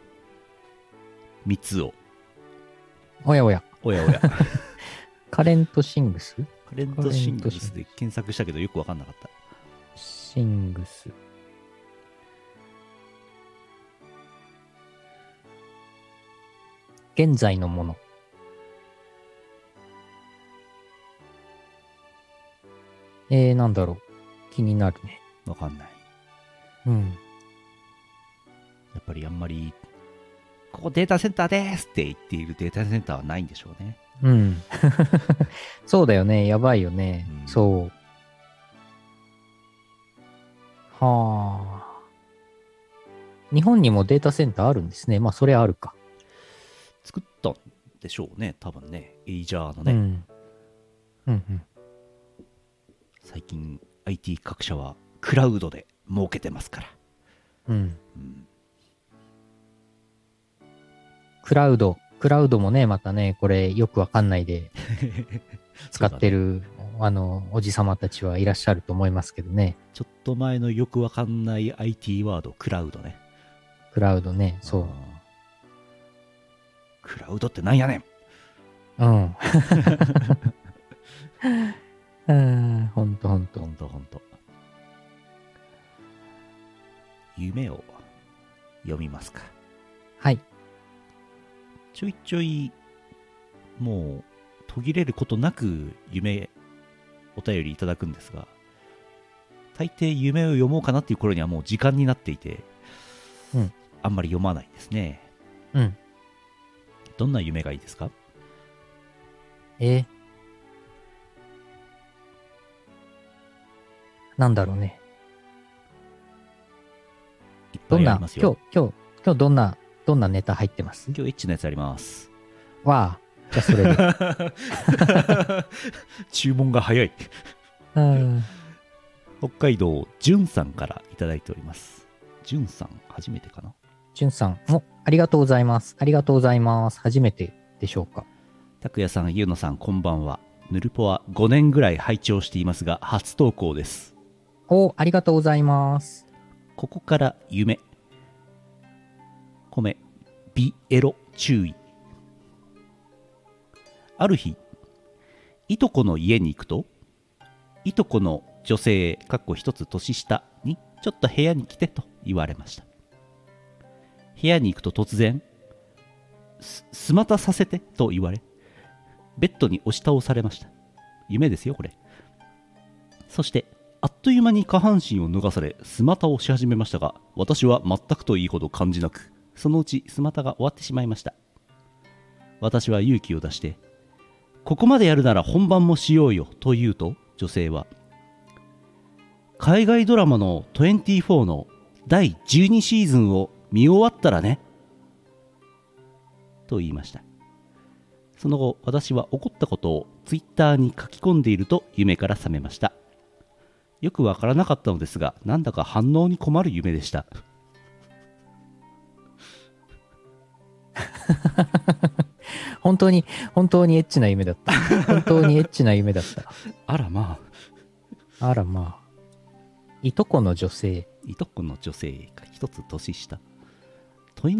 [SPEAKER 2] 三つを
[SPEAKER 1] おやおや。
[SPEAKER 2] おやおやカ
[SPEAKER 1] カレントシングス
[SPEAKER 2] レントシングスで検索したけどよくわかんなかった
[SPEAKER 1] シングス。現在のもの。えー、なんだろう。気になるね。
[SPEAKER 2] わかんない
[SPEAKER 1] うん。
[SPEAKER 2] やっぱりあんまりここデータセンターですって言っているデータセンターはないんでしょうね
[SPEAKER 1] うん。 そうだよね。やばいよね。
[SPEAKER 2] うん
[SPEAKER 1] そう。はあ。日本にもデータセンターあるんですね。まあ、それあるか。
[SPEAKER 2] 作ったんでしょうね多分ねエイジャーのね、
[SPEAKER 1] うん。うんうん。
[SPEAKER 2] 最近 IT 各社はクラウドで儲けてますから、
[SPEAKER 1] うん。
[SPEAKER 2] うん
[SPEAKER 1] クラウド。クラウドもね、またね、これよくわかんないで使って
[SPEAKER 2] る
[SPEAKER 1] る、あの、おじさまたちはいらっしゃると思いますけどね。
[SPEAKER 2] ちょっと前のよくわかんない IT ワードクラウドね
[SPEAKER 1] クラウドね、そうう。
[SPEAKER 2] んクラウドってなんやねん
[SPEAKER 1] うん。 うん、ほんとほんと
[SPEAKER 2] ほ。んとほんと夢を読みますか
[SPEAKER 1] はい。
[SPEAKER 2] ちょいちょいもう途切れることなく夢お便りいただくんですが大抵夢を読もうかなっていう頃にはもう時間になっていて、
[SPEAKER 1] うん
[SPEAKER 2] あんまり読まないですね
[SPEAKER 1] うん。
[SPEAKER 2] どんな夢がいいですか
[SPEAKER 1] えーなんだろうね。
[SPEAKER 2] いっぱ
[SPEAKER 1] どん
[SPEAKER 2] いあ
[SPEAKER 1] な、
[SPEAKER 2] り
[SPEAKER 1] 今
[SPEAKER 2] ます
[SPEAKER 1] 日、
[SPEAKER 2] よ
[SPEAKER 1] 今日、今日どんな、どんなネタ入ってます
[SPEAKER 2] 今日エッチなやつあります
[SPEAKER 1] わあ。じゃあそれで。
[SPEAKER 2] 注文が早い
[SPEAKER 1] うん。
[SPEAKER 2] 北海道じゅんさんからいただいておりますじゅんさん初めてかな
[SPEAKER 1] じゅんさん、もありがとうございます。ありがとうございます。初めてでしょうか。
[SPEAKER 2] 拓也さんゆうのさんこんばんはぬるぽは5年ぐらい拝聴していますが初投稿です
[SPEAKER 1] お、ありがとうございます。
[SPEAKER 2] ここから夢米ビエロ注意ある日いとこの家に行くといとこの女性かっこ一つ年下にちょっと部屋に来てと言われました部屋に行くと突然すすまたさせてと言われベッドに押し倒されました夢ですよこれそして、あっという間に下半身を脱がされ、スマタをし始めましたが、私は全くといいほど感じなく、そのうちスマタが終わってしまいました。私は勇気を出して、ここまでやるなら本番もしようよと言うと、女性は、海外ドラマの24の第12シーズンを見終わったらね、と言いました。その後、私は怒ったことをツイッターに書き込んでいると夢から覚めました。よくわからなかったのですが、なんだか反応に困る夢でした。
[SPEAKER 1] 本当に、本当にエッチな夢だった。本当にエッチな夢だった。
[SPEAKER 2] あらまあ、
[SPEAKER 1] あらまあ。いとこの女性。
[SPEAKER 2] いとこの女性が一つ年下。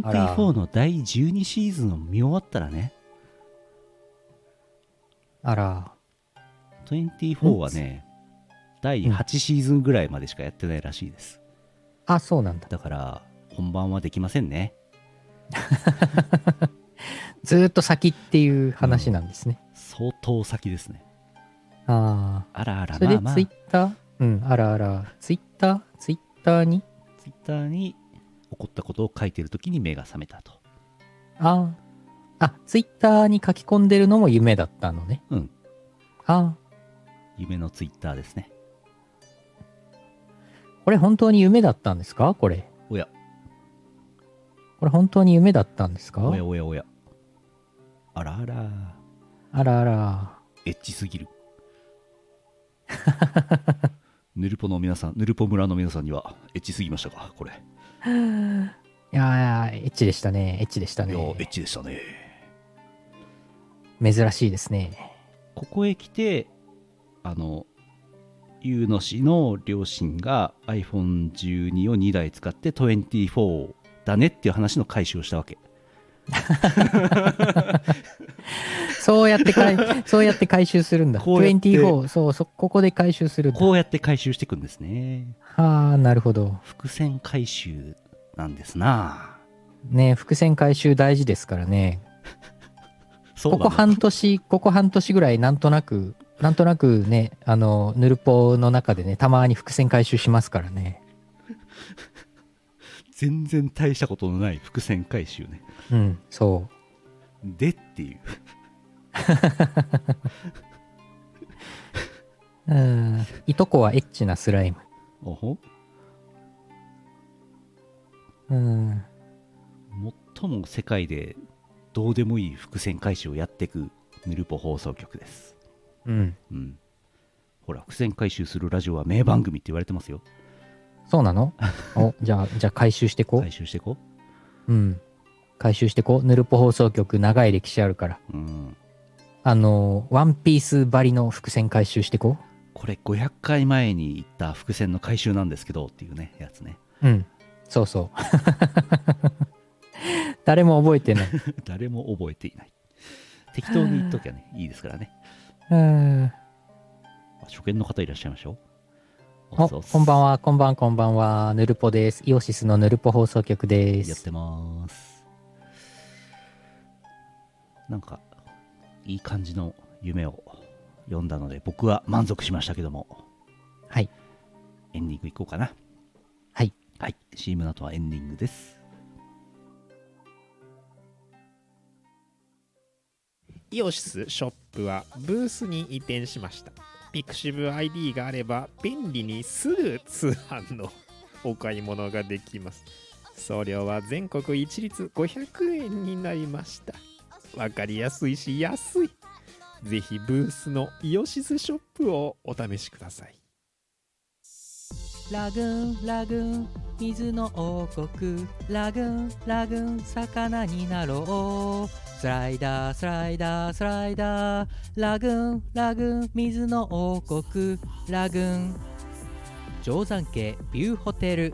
[SPEAKER 1] あら
[SPEAKER 2] 24の第12シーズンを見終わったらね、
[SPEAKER 1] あら。
[SPEAKER 2] 24はね、第8シーズンぐらいまでしかやってないらしいです。
[SPEAKER 1] あ、そうなんだ。
[SPEAKER 2] だから、本番はできませんね。
[SPEAKER 1] ずーっと先っていう話なんですね。
[SPEAKER 2] 相当先ですね。
[SPEAKER 1] あ
[SPEAKER 2] あらあ
[SPEAKER 1] あ。
[SPEAKER 2] ら、
[SPEAKER 1] それ
[SPEAKER 2] ま
[SPEAKER 1] で
[SPEAKER 2] あまあ、
[SPEAKER 1] ツイ
[SPEAKER 2] ツイ
[SPEAKER 1] ッター、うん、あらあら。ツイッターツイッターに
[SPEAKER 2] ッターに起こったことを書いてるときに目が覚めたと。
[SPEAKER 1] ああ。あ、ツイッターに書き込んでるのも夢だったのね。
[SPEAKER 2] うん、
[SPEAKER 1] あ
[SPEAKER 2] 夢のツイッターですね。
[SPEAKER 1] あ。これ本当に夢だったんですかこれ。
[SPEAKER 2] おや、
[SPEAKER 1] これ本当に夢だったんですか
[SPEAKER 2] おやおやおや。あらあら、
[SPEAKER 1] あらあ ら。
[SPEAKER 2] エッチすぎる。ヌルポの皆さん、ヌルポ村の皆さんには、エッチすぎましたか、これ。
[SPEAKER 1] いやー、エッチでしたね。エッチでした
[SPEAKER 2] いやー、エッ
[SPEAKER 1] ね。
[SPEAKER 2] チでしたね。
[SPEAKER 1] 珍しいですね。
[SPEAKER 2] ここへ来て、あの、ゆうの氏の両親が iPhone12 を2台使って24だねっていう話の回収をしたわけ。
[SPEAKER 1] そうやってか い、そうやって回収するんだ。
[SPEAKER 2] こうやって
[SPEAKER 1] 24、そう、そ、ここで回収するんだ。
[SPEAKER 2] こうやって回収していくんですね。
[SPEAKER 1] はあ、なるほど。
[SPEAKER 2] 伏線回収なんですな。
[SPEAKER 1] ね伏線回収大事ですからね。
[SPEAKER 2] そう
[SPEAKER 1] こ
[SPEAKER 2] なんだ
[SPEAKER 1] こ半年、ここ半年ぐらいなんとなく、なんとなくね、あの、ヌルポの中でね、たまに伏線回収しますからね。
[SPEAKER 2] 全然大したことのない伏線回収ね
[SPEAKER 1] うん、そ
[SPEAKER 2] でっていう
[SPEAKER 1] う。うん、いとこはエッチなスライム。
[SPEAKER 2] おほ
[SPEAKER 1] うん、
[SPEAKER 2] 最も世界でどうでもいい伏線回収をやっていくヌルポ放送局です
[SPEAKER 1] うん、
[SPEAKER 2] うんほら伏線回収するラジオは名番組って言われてますよ
[SPEAKER 1] そう なのお、じゃあ、じゃあ回収してこう。
[SPEAKER 2] 回収していこ
[SPEAKER 1] うん。回収してこう。ヌルポ放送局、長い歴史あるから。
[SPEAKER 2] ううん
[SPEAKER 1] あのー、ワンピースばりの伏線回収してこ
[SPEAKER 2] これ500回前に言った伏線の回収なんですけどっていうねやつね
[SPEAKER 1] う。うん。そうそう。 誰も覚えてない。
[SPEAKER 2] 誰も覚えていない適当に言っときゃねいいですからね
[SPEAKER 1] うん
[SPEAKER 2] あ初見の方いらっしゃいましょう
[SPEAKER 1] お、こんばん
[SPEAKER 2] は
[SPEAKER 1] は、こんばんこんばんは。ぬるぽです。イオシスのぬるぽ放送局で
[SPEAKER 2] やっ
[SPEAKER 1] す。
[SPEAKER 2] てますなんかいい感じの夢を読んだので僕は満足しましたけども
[SPEAKER 1] はい。
[SPEAKER 2] エンディングいこうかな
[SPEAKER 1] はい
[SPEAKER 2] はい CM の後はエンディングです
[SPEAKER 4] イオシスショップはブースに移転しました。ピクシブ ID があれば便利にすぐ通販のお買い物ができます。送料は全国一律500円になりました。わかりやすいし安い。ぜひブースのイオシスショップをお試しください。
[SPEAKER 1] ラグーン、ラグーン、水の王国。ラグーン、ラグーン、魚になろう。スライダー、スライダー、スライダー。ラグーン、ラグーン、水の王国。ラグーン。定山家ビューホテル。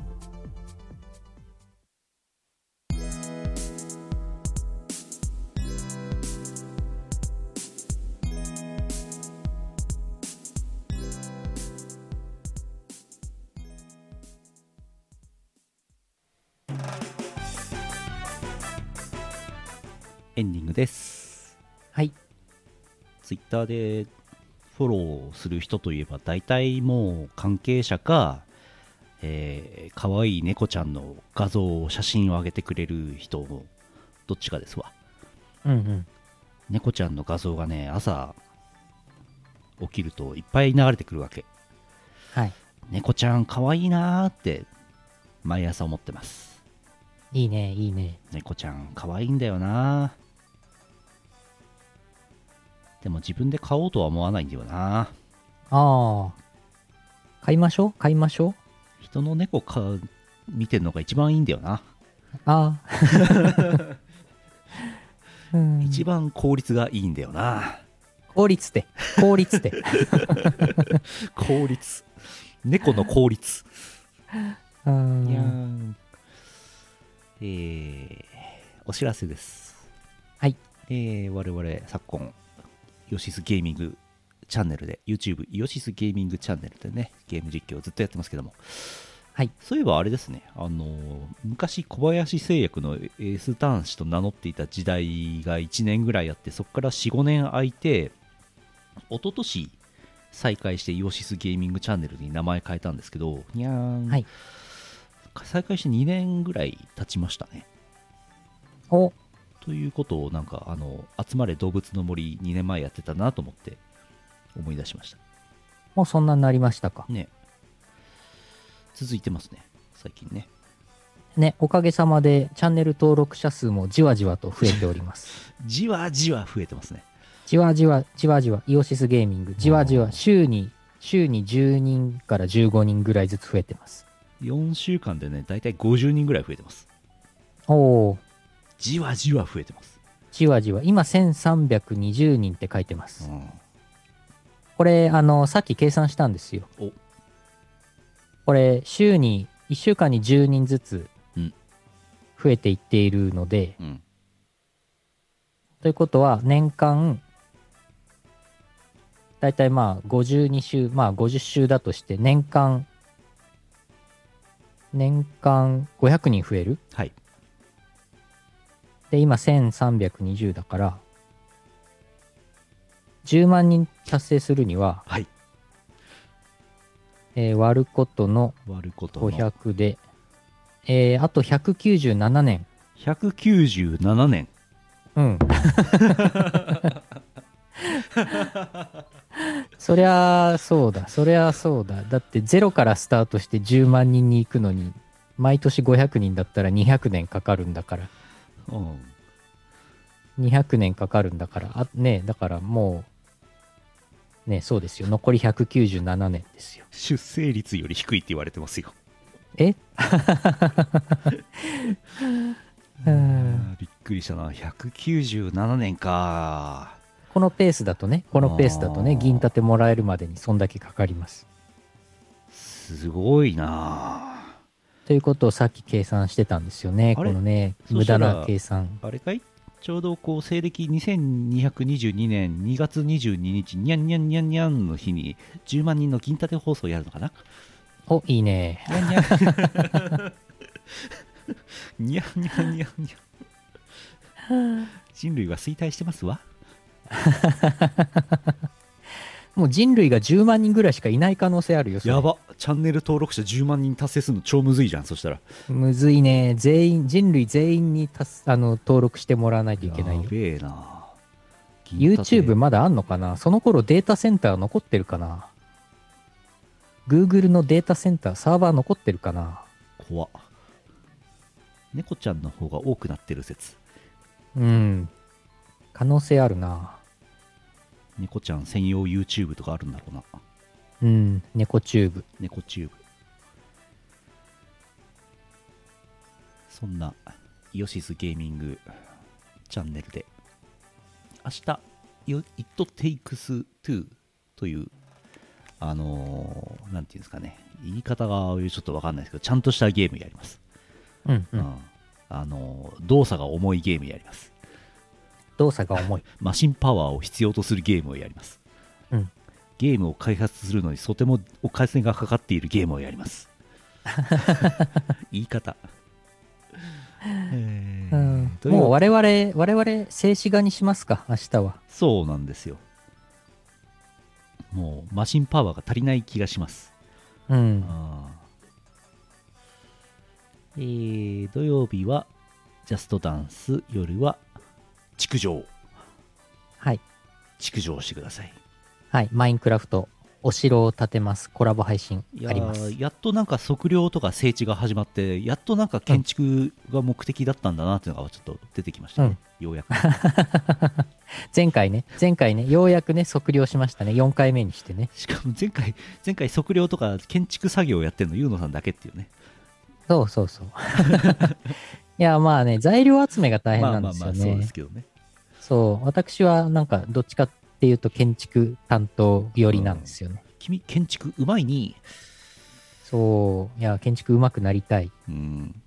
[SPEAKER 2] エンディングです
[SPEAKER 1] はい。
[SPEAKER 2] ツイッターでフォローする人といえば大体もう関係者か、えー、可愛い猫ちゃんの画像写真を上げてくれる人のどっちかですわ
[SPEAKER 1] うんうん。
[SPEAKER 2] 猫ちゃんの画像がね朝起きるといっぱい流れてくるわけ
[SPEAKER 1] はい。
[SPEAKER 2] 猫ちゃん可愛いなーって毎朝思ってます
[SPEAKER 1] いいね、いいね。
[SPEAKER 2] 猫ちゃん可愛いんだよなーでも自分で買おうとは思わないんだよなー
[SPEAKER 1] ああ。買いましょう買いましょう
[SPEAKER 2] 人の猫か見てるのが一番いいんだよな、
[SPEAKER 1] あ あ。 うん
[SPEAKER 2] 一番効率がいいんだよな
[SPEAKER 1] 効率って、効率 って。
[SPEAKER 2] 効率猫の効率
[SPEAKER 1] う
[SPEAKER 2] いや
[SPEAKER 1] ん。
[SPEAKER 2] ーえー、お知らせです
[SPEAKER 1] はい
[SPEAKER 2] えー、我々昨今イオシスゲーミングチャンネルで YouTube イオシスゲーミングチャンネルでねゲーム実況をずっとやってますけども
[SPEAKER 1] はい
[SPEAKER 2] そういえばあれですねあのー昔小林製薬のエース端子と名乗っていた時代が1年ぐらいあってそこから45年空いて一昨年再開してイオシスゲーミングチャンネルに名前変えたんですけどにゃーん、
[SPEAKER 1] はい
[SPEAKER 2] 再開して2年ぐらい経ちましたね
[SPEAKER 1] お、
[SPEAKER 2] ということをなんかあの集まれ動物の森2年前やってたなと思って思い出しました
[SPEAKER 1] もうそんなになりましたか。
[SPEAKER 2] ね続いてますね最近ね
[SPEAKER 1] ね、おかげさまでチャンネル登録者数もじわじわと増えており ます。
[SPEAKER 2] じわじわ増えてますね
[SPEAKER 1] じわじわ、じわじわ、イオシスゲーミング、じわじわ、週に、週に10人から15人ぐらいずつ増えてます。
[SPEAKER 2] 4週間でねだいたい50人ぐらい増えてます
[SPEAKER 1] おおー、
[SPEAKER 2] じわじわ増えてます、
[SPEAKER 1] じわじわ、今1320人って書いてます。
[SPEAKER 2] うん
[SPEAKER 1] これ、あの、さっき計算したんですよ
[SPEAKER 2] お。
[SPEAKER 1] これ、週に、1週間に10人ずつ
[SPEAKER 2] うん、
[SPEAKER 1] 増えていっているので、
[SPEAKER 2] うん、
[SPEAKER 1] ということは、年間、だいたいまあ、52週、まあ、50週だとして、年間、年間500人増える
[SPEAKER 2] はい
[SPEAKER 1] で、今1320だから、10万人達成するには、
[SPEAKER 2] はい
[SPEAKER 1] えー割ることの
[SPEAKER 2] 割ることの
[SPEAKER 1] 500で、えーあと197年。
[SPEAKER 2] 197年
[SPEAKER 1] うん。 そりゃあそうだ、そりゃあそうだ。だってゼロからスタートして10万人に行くのに、毎年500人だったら200年かかるんだから、
[SPEAKER 2] うん
[SPEAKER 1] 200年かかるんだから、あねえだからもう、ねえそうですよ。残り197年ですよ。
[SPEAKER 2] 出生率より低いって言われてますよ
[SPEAKER 1] え うん
[SPEAKER 2] あーびっくりしたな197年か
[SPEAKER 1] このペースだとね、このペースだと
[SPEAKER 2] あ
[SPEAKER 1] ね、
[SPEAKER 2] ー
[SPEAKER 1] 銀盾もらえるまでにそんだけかかります。
[SPEAKER 2] すごいな
[SPEAKER 1] ということをさっき計算してたんですよね。
[SPEAKER 2] あ
[SPEAKER 1] こ
[SPEAKER 2] れ
[SPEAKER 1] のね、
[SPEAKER 2] そ
[SPEAKER 1] 無
[SPEAKER 2] うした
[SPEAKER 1] 駄
[SPEAKER 2] ら
[SPEAKER 1] な計算。
[SPEAKER 2] あれかいちょうどこう西暦2222年2月22日にゃんにゃんにゃんにゃんの日に10万人の銀盾放送やるのかな
[SPEAKER 1] お、いいね。
[SPEAKER 2] にゃんにゃんにゃんにゃんにゃんにゃん人類は衰退してますわ
[SPEAKER 1] もう人類が10万人ぐらいしかいない可能性あるよ。それ
[SPEAKER 2] やばチャンネル登録者10万人達成するの超むずいじゃんそしたら
[SPEAKER 1] むずいね。全員、人類全員にたすあの登録してもらわないといけないよ
[SPEAKER 2] や。べえな
[SPEAKER 1] YouTube
[SPEAKER 2] ま
[SPEAKER 1] まだあんのかなその頃データセンター残ってるかな ?Google のデータセンター、サーバー残ってるかな
[SPEAKER 2] 怖っ猫ちゃんの方が多くなってる説
[SPEAKER 1] うん。可能性あるな。
[SPEAKER 2] 猫ちゃん専用 YouTube とかあるんだろうな
[SPEAKER 1] うん。猫チューブ。
[SPEAKER 2] 猫チューブそんなイオシスゲーミングチャンネルで明日よ It Takes Two というあのーなんていうんですかね言い方がちょっとわかんないですけどちゃんとしたゲームやります、
[SPEAKER 1] うん、う。
[SPEAKER 2] うんんあのー動作が重いゲームやります
[SPEAKER 1] 動作が重い。
[SPEAKER 2] マシンパワーを必要とするゲームをやります、
[SPEAKER 1] うん
[SPEAKER 2] ゲームを開発するのにとてもお金がかかっているゲームをやります言い方、えー
[SPEAKER 1] うん、
[SPEAKER 2] とい
[SPEAKER 1] もう
[SPEAKER 2] う
[SPEAKER 1] 我々、我々、静止画にしますか、明日は。
[SPEAKER 2] そうなんですよもうマシンパワーが足りない気がします、
[SPEAKER 1] うん。
[SPEAKER 2] あーえー土曜日はジャストダンス夜は築城
[SPEAKER 1] はい。
[SPEAKER 2] 築城してください
[SPEAKER 1] はい。マインクラフト、お城を建てます。コラボ配信
[SPEAKER 2] いや
[SPEAKER 1] あります。
[SPEAKER 2] ーやっとなんか測量とか整地が始まってやっとなんか建築が目的だったんだなっていうのがちょっと出てきましたね、よ うやく
[SPEAKER 1] 前回ね、前回ね、ようやくね、測量しましたね。4回目にしてね。
[SPEAKER 2] しかも前回前回測量とか建築作業をやってるのゆうのさんだけっていうね
[SPEAKER 1] そうそう そう。いや、まあね、材料集めが大変
[SPEAKER 2] ま
[SPEAKER 1] な
[SPEAKER 2] あ
[SPEAKER 1] ん
[SPEAKER 2] ま
[SPEAKER 1] で
[SPEAKER 2] あ
[SPEAKER 1] す
[SPEAKER 2] ま
[SPEAKER 1] よ
[SPEAKER 2] あそうで
[SPEAKER 1] ね
[SPEAKER 2] す。けどね
[SPEAKER 1] そう、私はなんか、どっちかっていうと、建築担当寄りなんですよね。
[SPEAKER 2] 君建築うまいに
[SPEAKER 1] そう、いや、建築うまくなりたい。
[SPEAKER 2] うん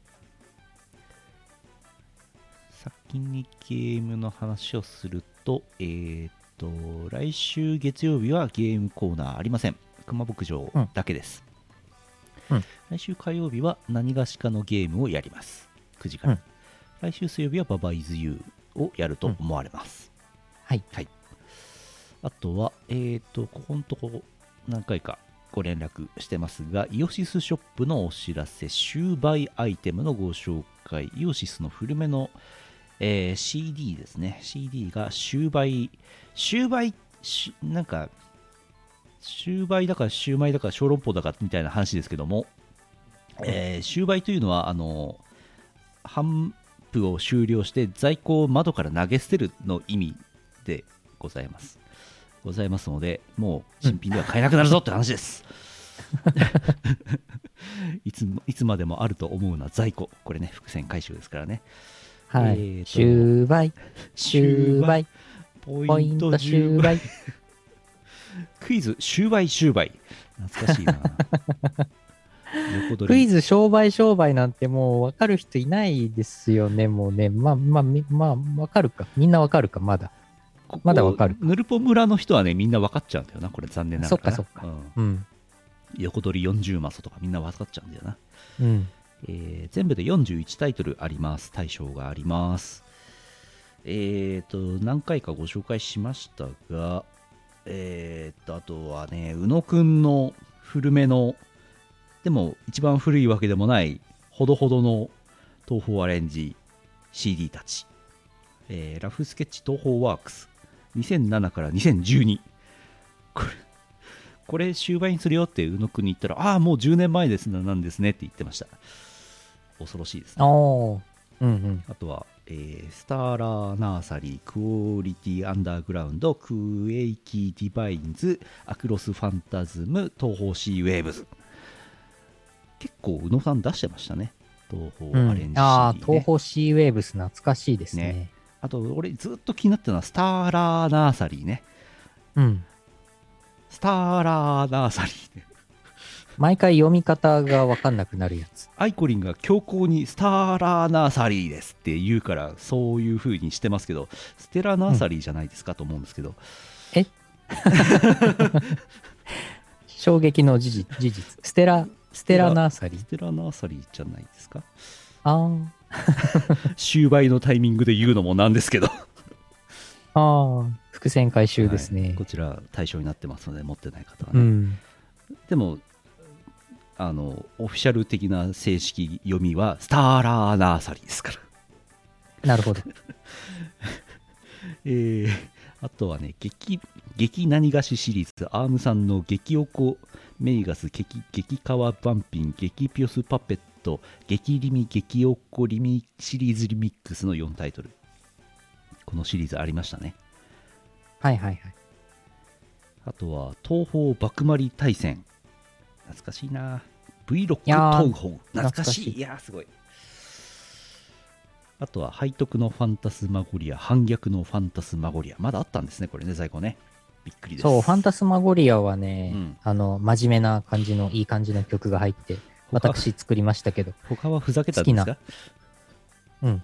[SPEAKER 2] 先にゲームの話をするとえーっと来週月曜日はゲームコーナーありません熊牧場だけです、
[SPEAKER 1] うん
[SPEAKER 2] 来週火曜日は何がしかのゲームをやります9時から、
[SPEAKER 1] うん
[SPEAKER 2] 来週水曜日は「ババイズユー」をやると思われます、
[SPEAKER 1] はい。
[SPEAKER 2] あとは、えーっ、と、ここのとこ何回かご連絡してますが、イオシスショップのお知らせ、終売アイテムのご紹介、イオシスの古めの、えー CD ですね。CD が終売、終売、しなんか、終売だから終売だから小籠包だからみたいな話ですけども、えー終売というのは、あの、半布を終了して在庫を窓から投げ捨てるの意味でございます。ございますので、もう新品では買えなくなるぞって話です。いつもいつまでもあると思うな在庫、これね、伏線回収ですからね。
[SPEAKER 1] は
[SPEAKER 2] えー
[SPEAKER 1] い。
[SPEAKER 2] と
[SPEAKER 1] 終売、終売、
[SPEAKER 2] ポ
[SPEAKER 1] ポイ
[SPEAKER 2] イン
[SPEAKER 1] ン
[SPEAKER 2] ト
[SPEAKER 1] ト終
[SPEAKER 2] 10倍。
[SPEAKER 1] 売。
[SPEAKER 2] クイズ、終売、終売。懐かし いな。横取り
[SPEAKER 1] クイズ、商売、商売なんてもう分かる人いないですよね、もうね。まあまあ、みまあ、分かるか。みんな分かるか、まだ。
[SPEAKER 2] ここ
[SPEAKER 1] まだわかる
[SPEAKER 2] ヌルポ村の人はね、みんな分かっちゃうんだよな、これ残念ながらな。
[SPEAKER 1] そっかそっか
[SPEAKER 2] うん
[SPEAKER 1] うん。
[SPEAKER 2] 横取り40マスとかみんな分かっちゃうんだよな。
[SPEAKER 1] うん。
[SPEAKER 2] えー全部で41タイトルあります。大賞があります。えーと、何回かご紹介しましたが、えーと、あとはね、宇野くんの古めの、でも一番古いわけでもない、ほどほどの東宝アレンジ CD たち。えーラフスケッチ東宝ワークス。2007から2012。これ、これ終売にするよって宇野くんに言ったら、ああ、もう10年前ですな、なんですねって言ってました。恐ろしいですね。
[SPEAKER 1] おー。うんうん。
[SPEAKER 2] あとは、えースターラーナーサリー、クオリティアンダーグラウンド、クエイキディバインズ、アクロスファンタズム、東方シーウェーブズ。結構、宇野さん出してましたね。東
[SPEAKER 1] う
[SPEAKER 2] 方アレン
[SPEAKER 1] ん、
[SPEAKER 2] ジ CD、ね
[SPEAKER 1] ああ、東方シーウェーブス懐かしいですね。
[SPEAKER 2] ねあと、俺ずっと気になってたのは、スターラーナーサリーね。
[SPEAKER 1] うん。
[SPEAKER 2] スターラーナーサリーね。
[SPEAKER 1] 毎回読み方がわかんなくなるやつ。
[SPEAKER 2] アイコリンが強行にスターラーナーサリーですって言うからそういう風にしてますけどステラナーサリーじゃないですかと思うんですけど、
[SPEAKER 1] 衝撃の事実。事実ステラ、ステラナーサリー
[SPEAKER 2] ス。テラナーサリーじゃないですか
[SPEAKER 1] あ
[SPEAKER 2] 終売のタイミングで言うのもなんですけど
[SPEAKER 1] あ、ああ、伏線回収ですね。
[SPEAKER 2] はいこちら対象になってますので持ってない方は
[SPEAKER 1] う
[SPEAKER 2] ね、
[SPEAKER 1] ん。
[SPEAKER 2] でもあのオフィシャル的な正式読みはスターラーナーサリーですから
[SPEAKER 1] なるほど。
[SPEAKER 2] えーあとはね、激、激何菓子シリーズ、アームさんの激おこ、メイガス、激、激カワバンピン、激ピオスパペット、激リミ、激おこリミシリーズリミックスの4タイトル。このシリーズありましたね。
[SPEAKER 1] はいはいはい。
[SPEAKER 2] あとは、東方幕張大戦。懐かしいな。V6
[SPEAKER 1] いやー
[SPEAKER 2] 東方。懐
[SPEAKER 1] 懐か
[SPEAKER 2] かしい。
[SPEAKER 1] しい
[SPEAKER 2] いやー、すごい。あとは、背徳のファンタスマゴリア、反逆のファンタスマゴリア。まだあったんですね、これね、在庫ね。びっくりです。
[SPEAKER 1] そう、ファンタ
[SPEAKER 2] タ
[SPEAKER 1] スマゴリアはね、
[SPEAKER 2] うん
[SPEAKER 1] あの、真面目な感じの、いい感じの曲が入って、私作りました けど、
[SPEAKER 2] 他はふざけたんですか
[SPEAKER 1] うん。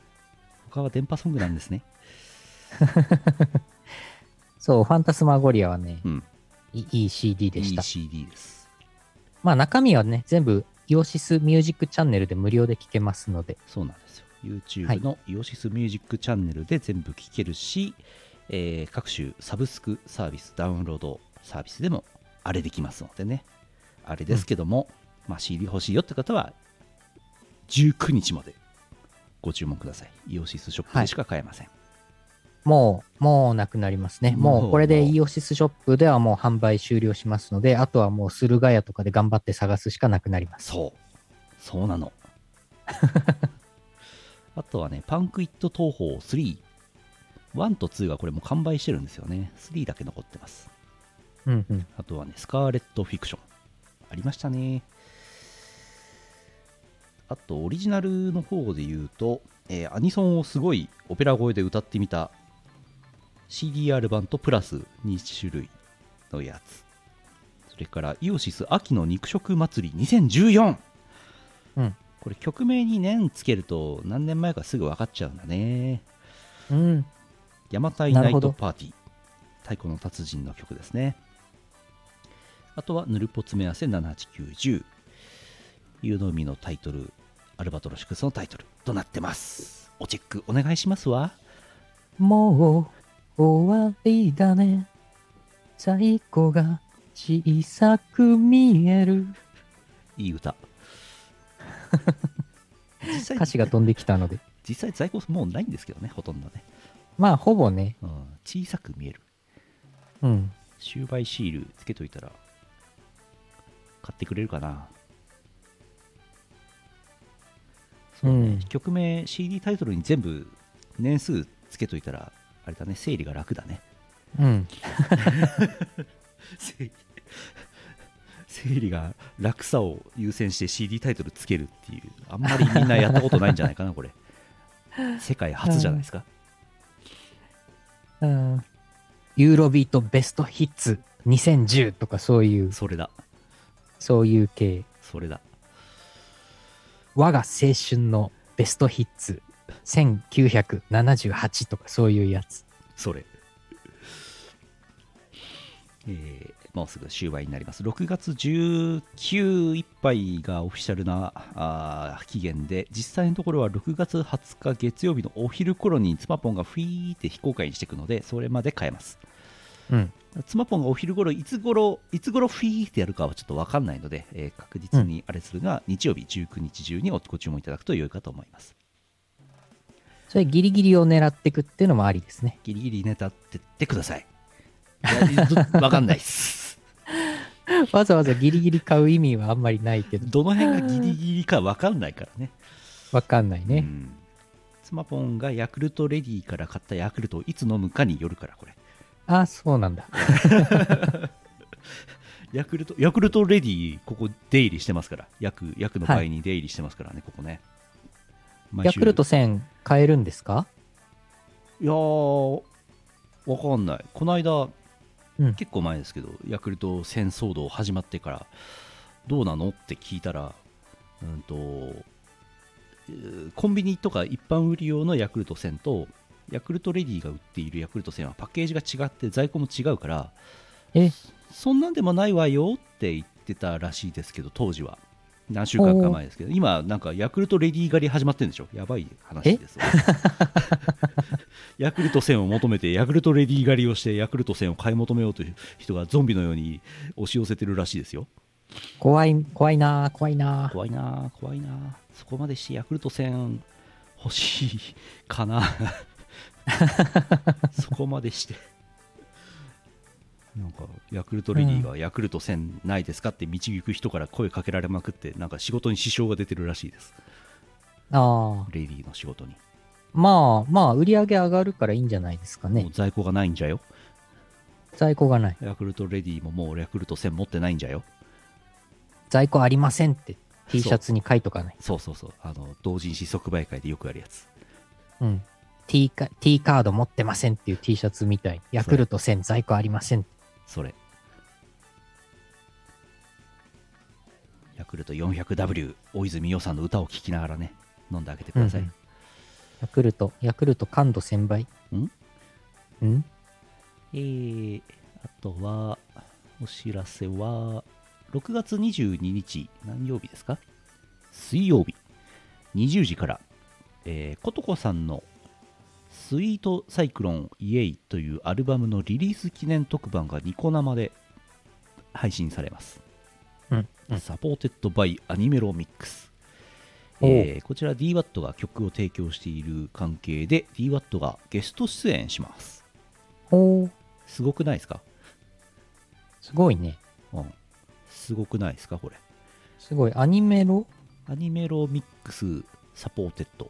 [SPEAKER 2] 他は電波ソングなんですね。
[SPEAKER 1] そう、ファンタスマゴリアはね、
[SPEAKER 2] うん
[SPEAKER 1] いいい CD で
[SPEAKER 2] い
[SPEAKER 1] し
[SPEAKER 2] い
[SPEAKER 1] た。
[SPEAKER 2] CD です。
[SPEAKER 1] まあ中身はね、全部、イオシスミュージックチャンネルで無料で聴けますので、
[SPEAKER 2] そうなんですよ。
[SPEAKER 1] はい
[SPEAKER 2] YouTube のイオシスミュージックチャンネルで全部聴けるし、えー各種サブスクサービス、ダウンロードサービスでもあれできますのでね。あれですけども、まあ、CD 欲しいよって方は、19日までご注文ください。イオシスショップでしか買えません。
[SPEAKER 1] もう、もうなくなりますね。
[SPEAKER 2] も
[SPEAKER 1] も
[SPEAKER 2] う
[SPEAKER 1] う、これで
[SPEAKER 2] もう
[SPEAKER 1] イオシスショップではもう販売終了しますので、あとはもう、駿河屋とかで頑張って探すしかなくなります。
[SPEAKER 2] そう。そうな の。あとはね、パンクイット東宝3。1と2がこれもう完売してるんですよね。3だけ残ってます。
[SPEAKER 1] うんうん。
[SPEAKER 2] あとはね、スカーレットフィクション。ありましたね。あと、オリジナルの方で言うと、えーアニソンをすごいオペラ声で歌ってみた CDR 版とプラス2種類のやつ。それから、イオシス秋の肉食祭り 2014!
[SPEAKER 1] うん
[SPEAKER 2] これ曲名に年つけると何年前かすぐ分かっちゃうんだね。
[SPEAKER 1] うん。
[SPEAKER 2] 邪馬台ナイトパーティー太鼓の達人の曲ですねあとは「ぬるぽ詰め合わせ78910」湯の海のタイトルアルバトロシクスのタイトルとなってますおチェックお願いしますわ
[SPEAKER 1] もう終わりだね。最後が小さく見える。
[SPEAKER 2] いい歌実 際
[SPEAKER 1] 歌詞が飛んできたので。
[SPEAKER 2] 実際在庫もうないんですけどねほとんどね、
[SPEAKER 1] まあ、ほぼね。
[SPEAKER 2] うん、小さく見える
[SPEAKER 1] うん。
[SPEAKER 2] 終売シールつけといたら買ってくれるかなそうね、
[SPEAKER 1] うん
[SPEAKER 2] 曲名 CD タイトルに全部年数つけといたらあれだね整理が楽だね
[SPEAKER 1] うん。
[SPEAKER 2] 整理 整理が楽さを優先して CD タイトルつけるっていうあんまりみんなやったことないんじゃないかな これ世界初じゃないですか、
[SPEAKER 1] うんユーロビートベストヒッツ2010とかそういう、
[SPEAKER 2] それだ
[SPEAKER 1] そういう系。
[SPEAKER 2] それだ
[SPEAKER 1] 我が青春のベストヒッツ1978とかそういうやつ。
[SPEAKER 2] それ。えーもうすぐ終売になります。6月19いっぱいがオフィシャルなあー期限で、実際のところは6月20日月曜日のお昼頃にスマポンがフィーって非公開にしていくので、それまで買えます。
[SPEAKER 1] うん。
[SPEAKER 2] スマポンがお昼頃いつ頃いつ頃フィーってやるかはちょっと分かんないので、えー確実にあれするが、日曜日19日中にご注文いただくと良いかと思います。
[SPEAKER 1] それギリギリを狙っていくっていうのもありですね。
[SPEAKER 2] ギリギリネタってってください。いや分かんないっす。
[SPEAKER 1] わざわざギリギリ買う意味はあんまりないけど、
[SPEAKER 2] どの辺がギリギリか分かんないからね。
[SPEAKER 1] わかんないうね。
[SPEAKER 2] んスマポンがヤクルトレディから買ったヤクルトをいつ飲むかによるから、これ。
[SPEAKER 1] あ、そうなんだ。
[SPEAKER 2] ヤクルト、ヤクルトレディ、ここ出入りしてますから。ヤク、ヤクの
[SPEAKER 1] は
[SPEAKER 2] 倍
[SPEAKER 1] い
[SPEAKER 2] に出入りしてますからね、ここね。毎
[SPEAKER 1] ヤ
[SPEAKER 2] 週
[SPEAKER 1] クルト1000買えるんですか
[SPEAKER 2] いやー、わかんない。この間、
[SPEAKER 1] うん
[SPEAKER 2] 結構前ですけど、ヤクルト戦争動始まってから、どうなのって聞いたら、うんと、えーコンビニとか一般売り用のヤクルト1000と、ヤクルトレディが売っているヤクルト1000はパッケージが違って在庫も違うから、
[SPEAKER 1] え
[SPEAKER 2] そんなんでもないわよって言ってたらしいですけど、当時は。何週間か前ですけど、今、なんかヤクルトレディ狩り始まってるんでしょやばい話です。ヤクルト1000を求めて、ヤクルトレディ狩りをして、ヤクルト1000を買い求めようという人がゾンビのように押し寄せてるらしいですよ。
[SPEAKER 1] 怖い、怖いなー怖いなー
[SPEAKER 2] 怖いなあ怖いなあそこまでしてヤクルト1000欲しいかなそこまでしてなんかヤクルトレディがヤクルト1000ないですかって道行く人から声かけられまくってなんか仕事に支障が出てるらしいです
[SPEAKER 1] ああ。
[SPEAKER 2] レディの仕事に、
[SPEAKER 1] まあまあ、売り上げ上がるからいいんじゃないですか
[SPEAKER 2] も
[SPEAKER 1] ね
[SPEAKER 2] う。在庫がないんじゃよ
[SPEAKER 1] 在庫がない。
[SPEAKER 2] ヤクルトレディももうヤクルト1000持ってないんじゃよ
[SPEAKER 1] 在庫ありませんって T シャ
[SPEAKER 2] そう
[SPEAKER 1] ツに書いとかない。
[SPEAKER 2] そうそうそうあの同人誌即売会でよくあるやつ
[SPEAKER 1] うん。T カ T カード持ってませんっていう T シャツみたいに。ヤクルト1000在庫ありません。
[SPEAKER 2] それヤクルト 400W 大泉洋さんの歌を聴きながらね飲んであげてください、
[SPEAKER 1] うんヤクルト、ヤクルト感度1000倍。
[SPEAKER 2] ん
[SPEAKER 1] ん
[SPEAKER 2] えーあとはお知らせは6月22日何曜日ですか水曜日20時から、えー、ことこさんの「スイートサイクロンイエイ」というアルバムのリリース記念特番がニコ生で配信されます
[SPEAKER 1] うん。うん。
[SPEAKER 2] サポーテッドバイアニメロミックス。
[SPEAKER 1] おう
[SPEAKER 2] えーこちら DWAT が曲を提供している関係で DWAT がゲスト出演します。
[SPEAKER 1] おー、
[SPEAKER 2] すごくないですか
[SPEAKER 1] すごいね。
[SPEAKER 2] うん。すごくないですかこれ。
[SPEAKER 1] すごい。アニメロ
[SPEAKER 2] アニメロミックスサポーテッド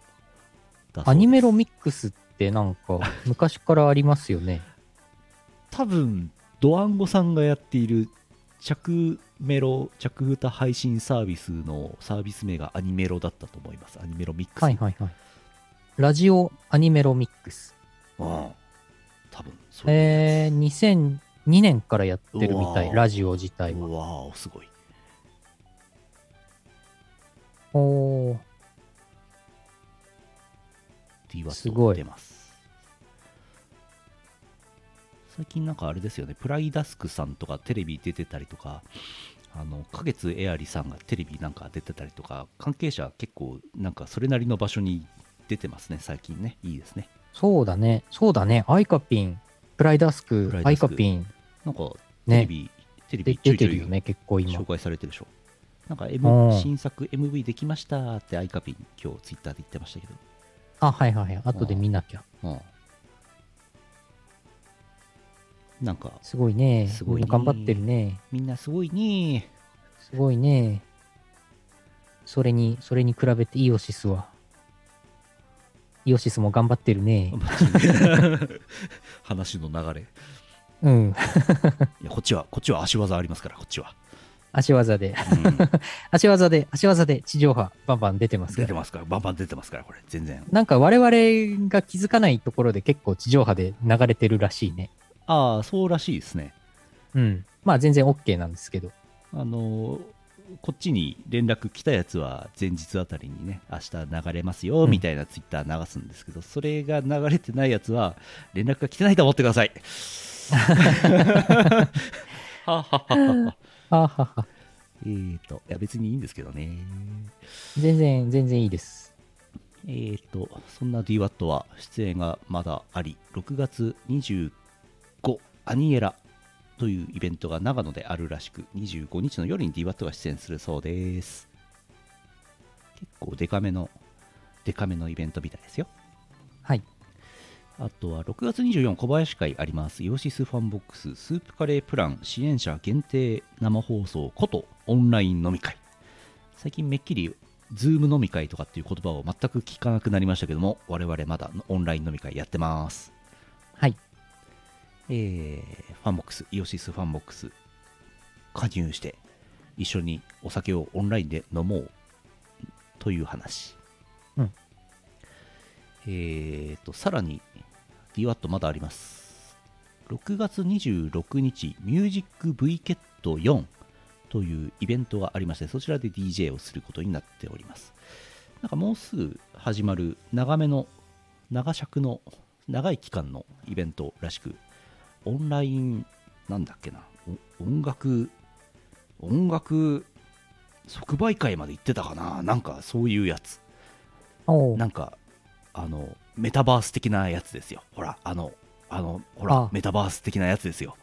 [SPEAKER 2] だそうです。
[SPEAKER 1] アニメロミックスってなんか昔からありますよね。
[SPEAKER 2] 多分、ドワンゴさんがやっている着メロ、着歌配信サービスのサービス名がアニメロだったと思います。アニメロミックス。
[SPEAKER 1] はいはいはい。ラジオアニメロミックス。
[SPEAKER 2] うん。多分、それで
[SPEAKER 1] えー、2002年からやってるみた
[SPEAKER 2] う
[SPEAKER 1] い。
[SPEAKER 2] わー
[SPEAKER 1] ラジオ自体は。
[SPEAKER 2] うわおすごい。
[SPEAKER 1] おー。す
[SPEAKER 2] DWAT
[SPEAKER 1] ごい
[SPEAKER 2] 出ます最近なんかあれですよねプライダスクさんとかテレビ出てたりとかあの花月エアリさんがテレビなんか出てたりとか関係者結構なんかそれなりの場所に出てますね最近ねいいですね
[SPEAKER 1] そうだね。そうだね。アイカピン。プライダスク
[SPEAKER 2] プラ、イ
[SPEAKER 1] ア
[SPEAKER 2] ダ
[SPEAKER 1] イ
[SPEAKER 2] スク
[SPEAKER 1] カピン
[SPEAKER 2] なんかテレ
[SPEAKER 1] ね。
[SPEAKER 2] ビ、テレ
[SPEAKER 1] で
[SPEAKER 2] ビちょ
[SPEAKER 1] 出
[SPEAKER 2] いち
[SPEAKER 1] て
[SPEAKER 2] ょ
[SPEAKER 1] る
[SPEAKER 2] い
[SPEAKER 1] よね、結構今
[SPEAKER 2] 紹。介されてるでしょなんか、
[SPEAKER 1] う
[SPEAKER 2] M、
[SPEAKER 1] ん
[SPEAKER 2] 新作 MV できましたってアイカピン今日ツイッターで言ってましたけど
[SPEAKER 1] あ、はいはいはい。後で見なきゃ。
[SPEAKER 2] うんなんか
[SPEAKER 1] すごいね。
[SPEAKER 2] すごい
[SPEAKER 1] み
[SPEAKER 2] ね
[SPEAKER 1] んな頑張ってるね。
[SPEAKER 2] みんなすごいね
[SPEAKER 1] すごいね。それに、それに比べてイオシスは。イオシスも頑張ってるね。
[SPEAKER 2] 話の流れ
[SPEAKER 1] うん。
[SPEAKER 2] いやこっちはこっちは足技ありますからこっちは、
[SPEAKER 1] 足技で、
[SPEAKER 2] うん
[SPEAKER 1] 足技で、足技で地上波バンバン出てますか
[SPEAKER 2] 出て
[SPEAKER 1] ら。
[SPEAKER 2] ますからバンバン出てますからこれ全然
[SPEAKER 1] なんか我々が気づかないところで結構地上波で流れてるらしいね。
[SPEAKER 2] ああそうらしいですね
[SPEAKER 1] うん。まあ全然 OK なんですけど。
[SPEAKER 2] あのーこっちに連絡来たやつは前日あたりにね明日流れますよ
[SPEAKER 1] うん
[SPEAKER 2] みたいなツイッター流すんですけど、それが流れてないやつは連絡が来てないと思ってくださ いはははは
[SPEAKER 1] あはは。
[SPEAKER 2] えーといや別にいいんですけどね
[SPEAKER 1] 全然、全然いいです。
[SPEAKER 2] えー、とそんな DWAT は出演がまだあり6月25アニエラというイベントが長野であるらしく25日の夜に DWAT が出演するそうです結構デカめのデカめのイベントみたいですよ
[SPEAKER 1] はい。
[SPEAKER 2] あとは6月24小林会ありますイオシスファンボックススープカレープラン支援者限定生放送ことオンライン飲み会最近めっきりズーム飲み会とかっていう言葉を全く聞かなくなりましたけども我々まだオンライン飲み会やってます
[SPEAKER 1] はい。
[SPEAKER 2] えーファンボックスイオシスファンボックス加入して一緒にお酒をオンラインで飲もうという話
[SPEAKER 1] うん
[SPEAKER 2] えーとさらに DWAT まだあります6月26日ミュージック V ケット4というイベントがありまして、そちらで DJ をすることになっております。なんかもうすぐ始まる長めの、長尺の、長い期間のイベントらしく、オンライン、なんだっけな、お音楽、音楽即売会まで行ってたかな、なんかそういうやつ。
[SPEAKER 1] おう
[SPEAKER 2] なんかあのメタバース的なやつですよほらあのあのほら
[SPEAKER 1] ああ
[SPEAKER 2] メタバース的なやつですよ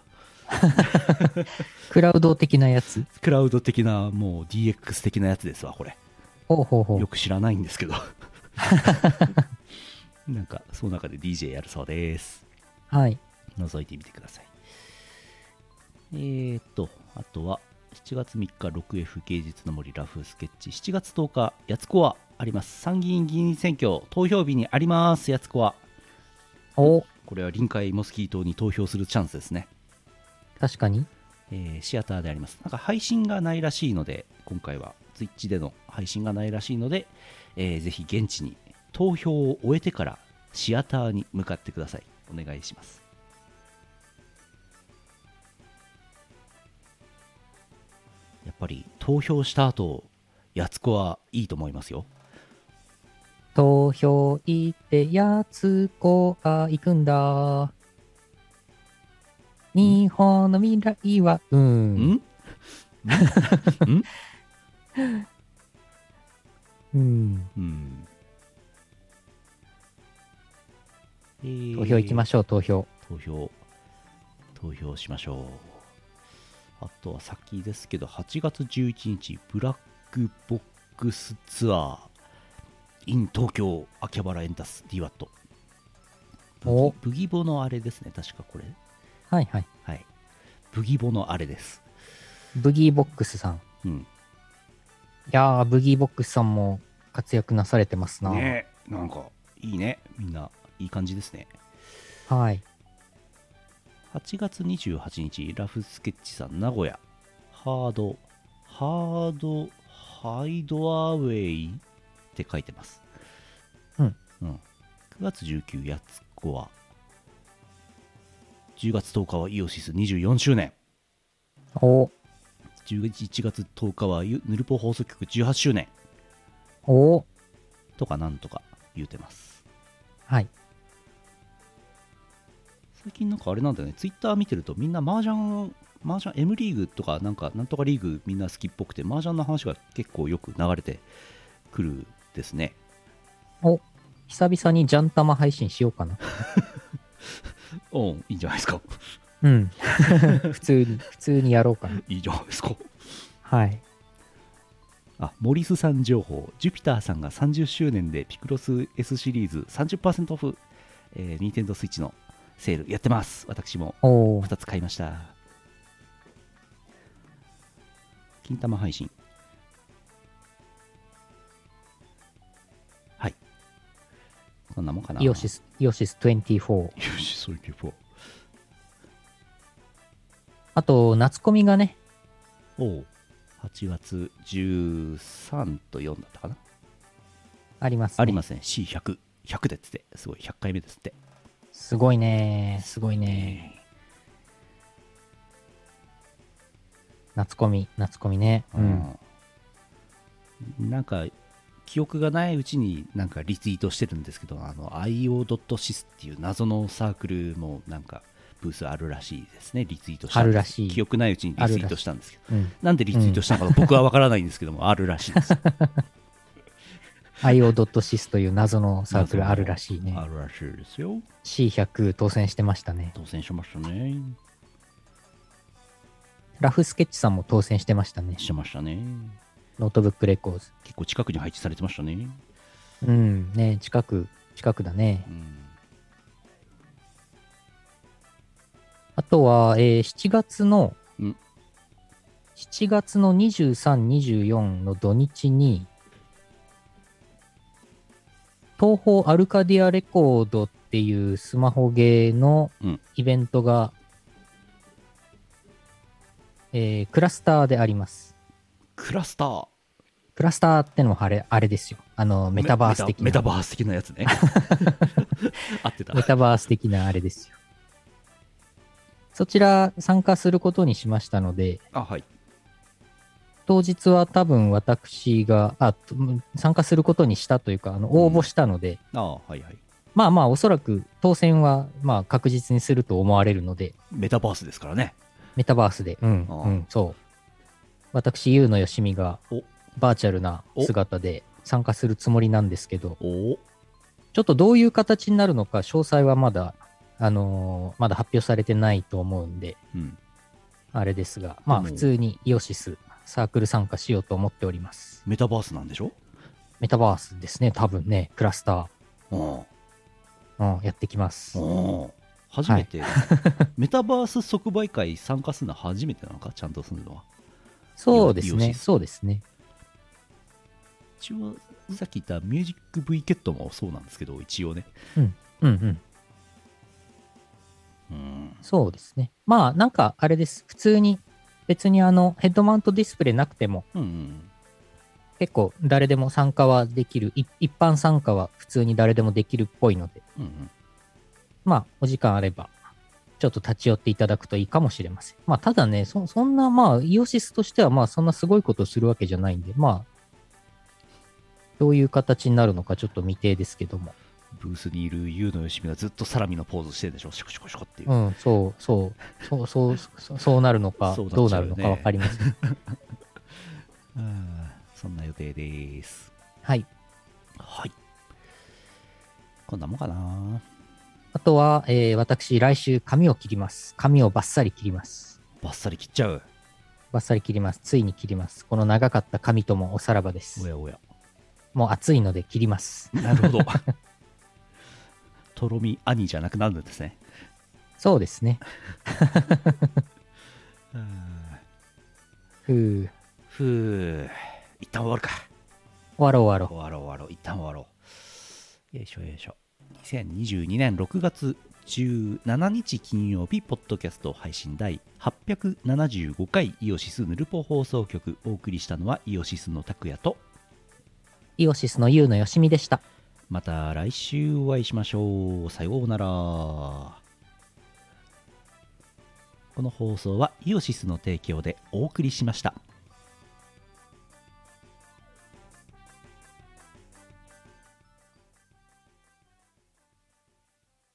[SPEAKER 1] クラウド的なやつ
[SPEAKER 2] クラウド的なもう DX 的なやつですわこれ
[SPEAKER 1] ほうほうほ
[SPEAKER 2] よ
[SPEAKER 1] う。
[SPEAKER 2] く知らないんですけど なんかその中で DJ やるそうです
[SPEAKER 1] はい。
[SPEAKER 2] 覗いてみてくださいえー、っとあとは7月3日 6F 芸術の森ラフスケッチ7月10日やつこはあります参議院議員選挙投票日にありますやつこは
[SPEAKER 1] お
[SPEAKER 2] これは臨海モスキー島に投票するチャンスですね、
[SPEAKER 1] 確かに。
[SPEAKER 2] えーシアターでありますなんか配信がないらしいので今回は Twitch での配信がないらしいので、えーぜひ現地に投票を終えてからシアターに向かってくださいお願いしますやっぱり投票した後やつこはいいと思いますよ
[SPEAKER 1] 投票行って、やつこあ行くんだ。日本の未来は、う。
[SPEAKER 2] うんんうん
[SPEAKER 1] うん。
[SPEAKER 2] うん
[SPEAKER 1] 投票行きましょう、投票。
[SPEAKER 2] 投票投票しましょうあとは先ですけど8月11日ブラックボックスツアー in 東京秋葉原エンタス DWAT ブギ
[SPEAKER 1] お
[SPEAKER 2] ブギボのあれですね確かこれ
[SPEAKER 1] はいはい。
[SPEAKER 2] はいブギボのあれです
[SPEAKER 1] ブギーボックスさん。
[SPEAKER 2] うん
[SPEAKER 1] いやー、ブギーボックスさんも活躍なされてますな。
[SPEAKER 2] ねえなんかいいねみんないい感じですね
[SPEAKER 1] はい。
[SPEAKER 2] 8月28日、ラフスケッチさん、名古屋、ハード、ハード、ハイドアウェイって書いてます。
[SPEAKER 1] うん。
[SPEAKER 2] うん、9月19、やつこは、10月10日はイオシス24周年、
[SPEAKER 1] お
[SPEAKER 2] 11月10日はゆヌルポ放送局18周年
[SPEAKER 1] お
[SPEAKER 2] とかなんとか言うてます。
[SPEAKER 1] はい。
[SPEAKER 2] 最近なんかあれなんだよね、ツイッター見てるとみんな麻雀、麻雀 M リーグとかなんかなんとかリーグみんな好きっぽくて麻雀の話が結構よく流れてくるですね。
[SPEAKER 1] 久々にジャンタマ配信しようかな。
[SPEAKER 2] おん、いいんじゃないですか。
[SPEAKER 1] うん。 普通に、普通にやろうかな。
[SPEAKER 2] いいじゃないですか。
[SPEAKER 1] はい。
[SPEAKER 2] あ、モリスさん情報、ジュピターさんが30周年でピクロス S シリーズ30%オフ、えー、ニンテンドースイッチのセールやってます。私も
[SPEAKER 1] おー
[SPEAKER 2] 2つ買いました金玉配信はいこんなもんかな
[SPEAKER 1] イオシス、イオシス24。
[SPEAKER 2] イオシス24
[SPEAKER 1] あと、夏コミがね、
[SPEAKER 2] おう8月13と4だったかな
[SPEAKER 1] あります、。
[SPEAKER 2] ありますすね C100100 100でっつってすごい100回目ですって
[SPEAKER 1] すごいねすごいね夏コミ、夏コミね。
[SPEAKER 2] う
[SPEAKER 1] うん。
[SPEAKER 2] んなんか記憶がないうちになんかリツイートしてるんですけどあの IO.SIS っていう謎のサークルもなんかブースあるらしいですねリツイートしたん
[SPEAKER 1] ある
[SPEAKER 2] です
[SPEAKER 1] らしい
[SPEAKER 2] 記憶ないうちにリツイートしたんですけど
[SPEAKER 1] うん。
[SPEAKER 2] なんでリツイートした のか僕は分からないんですけどもあるらしいです
[SPEAKER 1] IO.SIS という謎の サークルあるらしいね
[SPEAKER 2] あ。るらしいですよ
[SPEAKER 1] C100 当選してましたね。
[SPEAKER 2] 当選しましたね
[SPEAKER 1] ラフスケッチさんも当選してましたね。
[SPEAKER 2] してましたね
[SPEAKER 1] ノートブックレコーズ。
[SPEAKER 2] 結構近くに配置されてましたね
[SPEAKER 1] うん、ね近く、近くだね
[SPEAKER 2] う。ん
[SPEAKER 1] あとは、えー7月の
[SPEAKER 2] うん、
[SPEAKER 1] 7月の23、24の土日に、東方アルカディアレコードっていうスマホゲーの
[SPEAKER 2] うん
[SPEAKER 1] イベントが、えークラスターであります。
[SPEAKER 2] クラスター
[SPEAKER 1] クラスターってのもあれ、あれですよ。あの、メタバース的な。
[SPEAKER 2] メタメタバース的なやつ ね 合ってた
[SPEAKER 1] メタバース的なあれですよ。そちら参加することにしましたので、
[SPEAKER 2] あはい
[SPEAKER 1] 当日は多分私が、あ、と参加することにしたというか、あの、応募したので、
[SPEAKER 2] ああ、はいはい。
[SPEAKER 1] まあまあ、おそらく当選は、まあ確実にすると思われるので、
[SPEAKER 2] メタバースですからね。
[SPEAKER 1] メタバースで、うん、
[SPEAKER 2] あー
[SPEAKER 1] うん、そう。私、ゆうのよしみが
[SPEAKER 2] お、
[SPEAKER 1] バーチャルな姿で参加するつもりなんですけど、
[SPEAKER 2] おお。
[SPEAKER 1] ちょっとどういう形になるのか、詳細はまだ、あのーまだ発表されてないと思うんで、
[SPEAKER 2] うん。
[SPEAKER 1] あれですが、まあ、
[SPEAKER 2] うん
[SPEAKER 1] 普通にイオシス、サークル参加しようと思っております。
[SPEAKER 2] メタバースなんでしょ
[SPEAKER 1] メタバースですね、多分ね、クラスタ
[SPEAKER 2] うん。
[SPEAKER 1] ー、うん、やってきます。
[SPEAKER 2] うん。初め て、メタバース即売会参加するのは初めてなのか、ちゃんとするのは。
[SPEAKER 1] そうです
[SPEAKER 2] イオ
[SPEAKER 1] ね、
[SPEAKER 2] シス
[SPEAKER 1] そうですね。
[SPEAKER 2] 一応、さっき言ったミュージック V ケットもそうなんですけど、一応ね。
[SPEAKER 1] うんうん、
[SPEAKER 2] うん。
[SPEAKER 1] そうですね。まあ、なんか、あれです、普通に、別にあの、ヘッドマウントディスプレイなくても、
[SPEAKER 2] うんうん。
[SPEAKER 1] 結構誰でも参加はできる、い一般参加は普通に誰でもできるっぽいので、
[SPEAKER 2] うんうん。
[SPEAKER 1] まあ、お時間あれば、ちょっと立ち寄っていただくといいかもしれません。まあ、ただね、そそんな、まあ、イオシスとしては、まあ、そんなすごいことをするわけじゃないんで、まあ、どういう形になるのかちょっと未定ですけども。
[SPEAKER 2] ブースにいるユウのよしみがずっとサラミのポーズしてるでしょ、シュコシュコシュコっていう。
[SPEAKER 1] うん、そう、そう、そう、そう、そうそうなるのか、
[SPEAKER 2] そうなっちゃう
[SPEAKER 1] ど
[SPEAKER 2] よ
[SPEAKER 1] うな
[SPEAKER 2] ね
[SPEAKER 1] るのかわかりません。
[SPEAKER 2] うんそんな予定です。
[SPEAKER 1] はい。
[SPEAKER 2] はい。こんなもんかな。
[SPEAKER 1] あとは、えー私、来週髪を切ります。髪をバッサリ切ります。
[SPEAKER 2] バッサリ切っちゃう。
[SPEAKER 1] バッサリ切ります。ついに切ります。この長かった髪ともおさらばで
[SPEAKER 2] お
[SPEAKER 1] す。
[SPEAKER 2] やおや。
[SPEAKER 1] もう暑いので切ります。
[SPEAKER 2] なるほど。 とろみ兄じゃなくなるんですね。
[SPEAKER 1] そうですね。ふう。
[SPEAKER 2] ふう。一旦終わるか。
[SPEAKER 1] 終わろう終わろ
[SPEAKER 2] 終わろう終わろう。一旦終わろう。よいしょよいしょ。2022年6月17日金曜日、ポッドキャスト配信第875回イオシスヌルポ放送局。お送りしたのはイオシスの拓也と、
[SPEAKER 1] う。イオシスのユウのよしみでした。
[SPEAKER 2] また来週お会いしましょう。さようなら。この放送はイオシスの提供でお送りしました。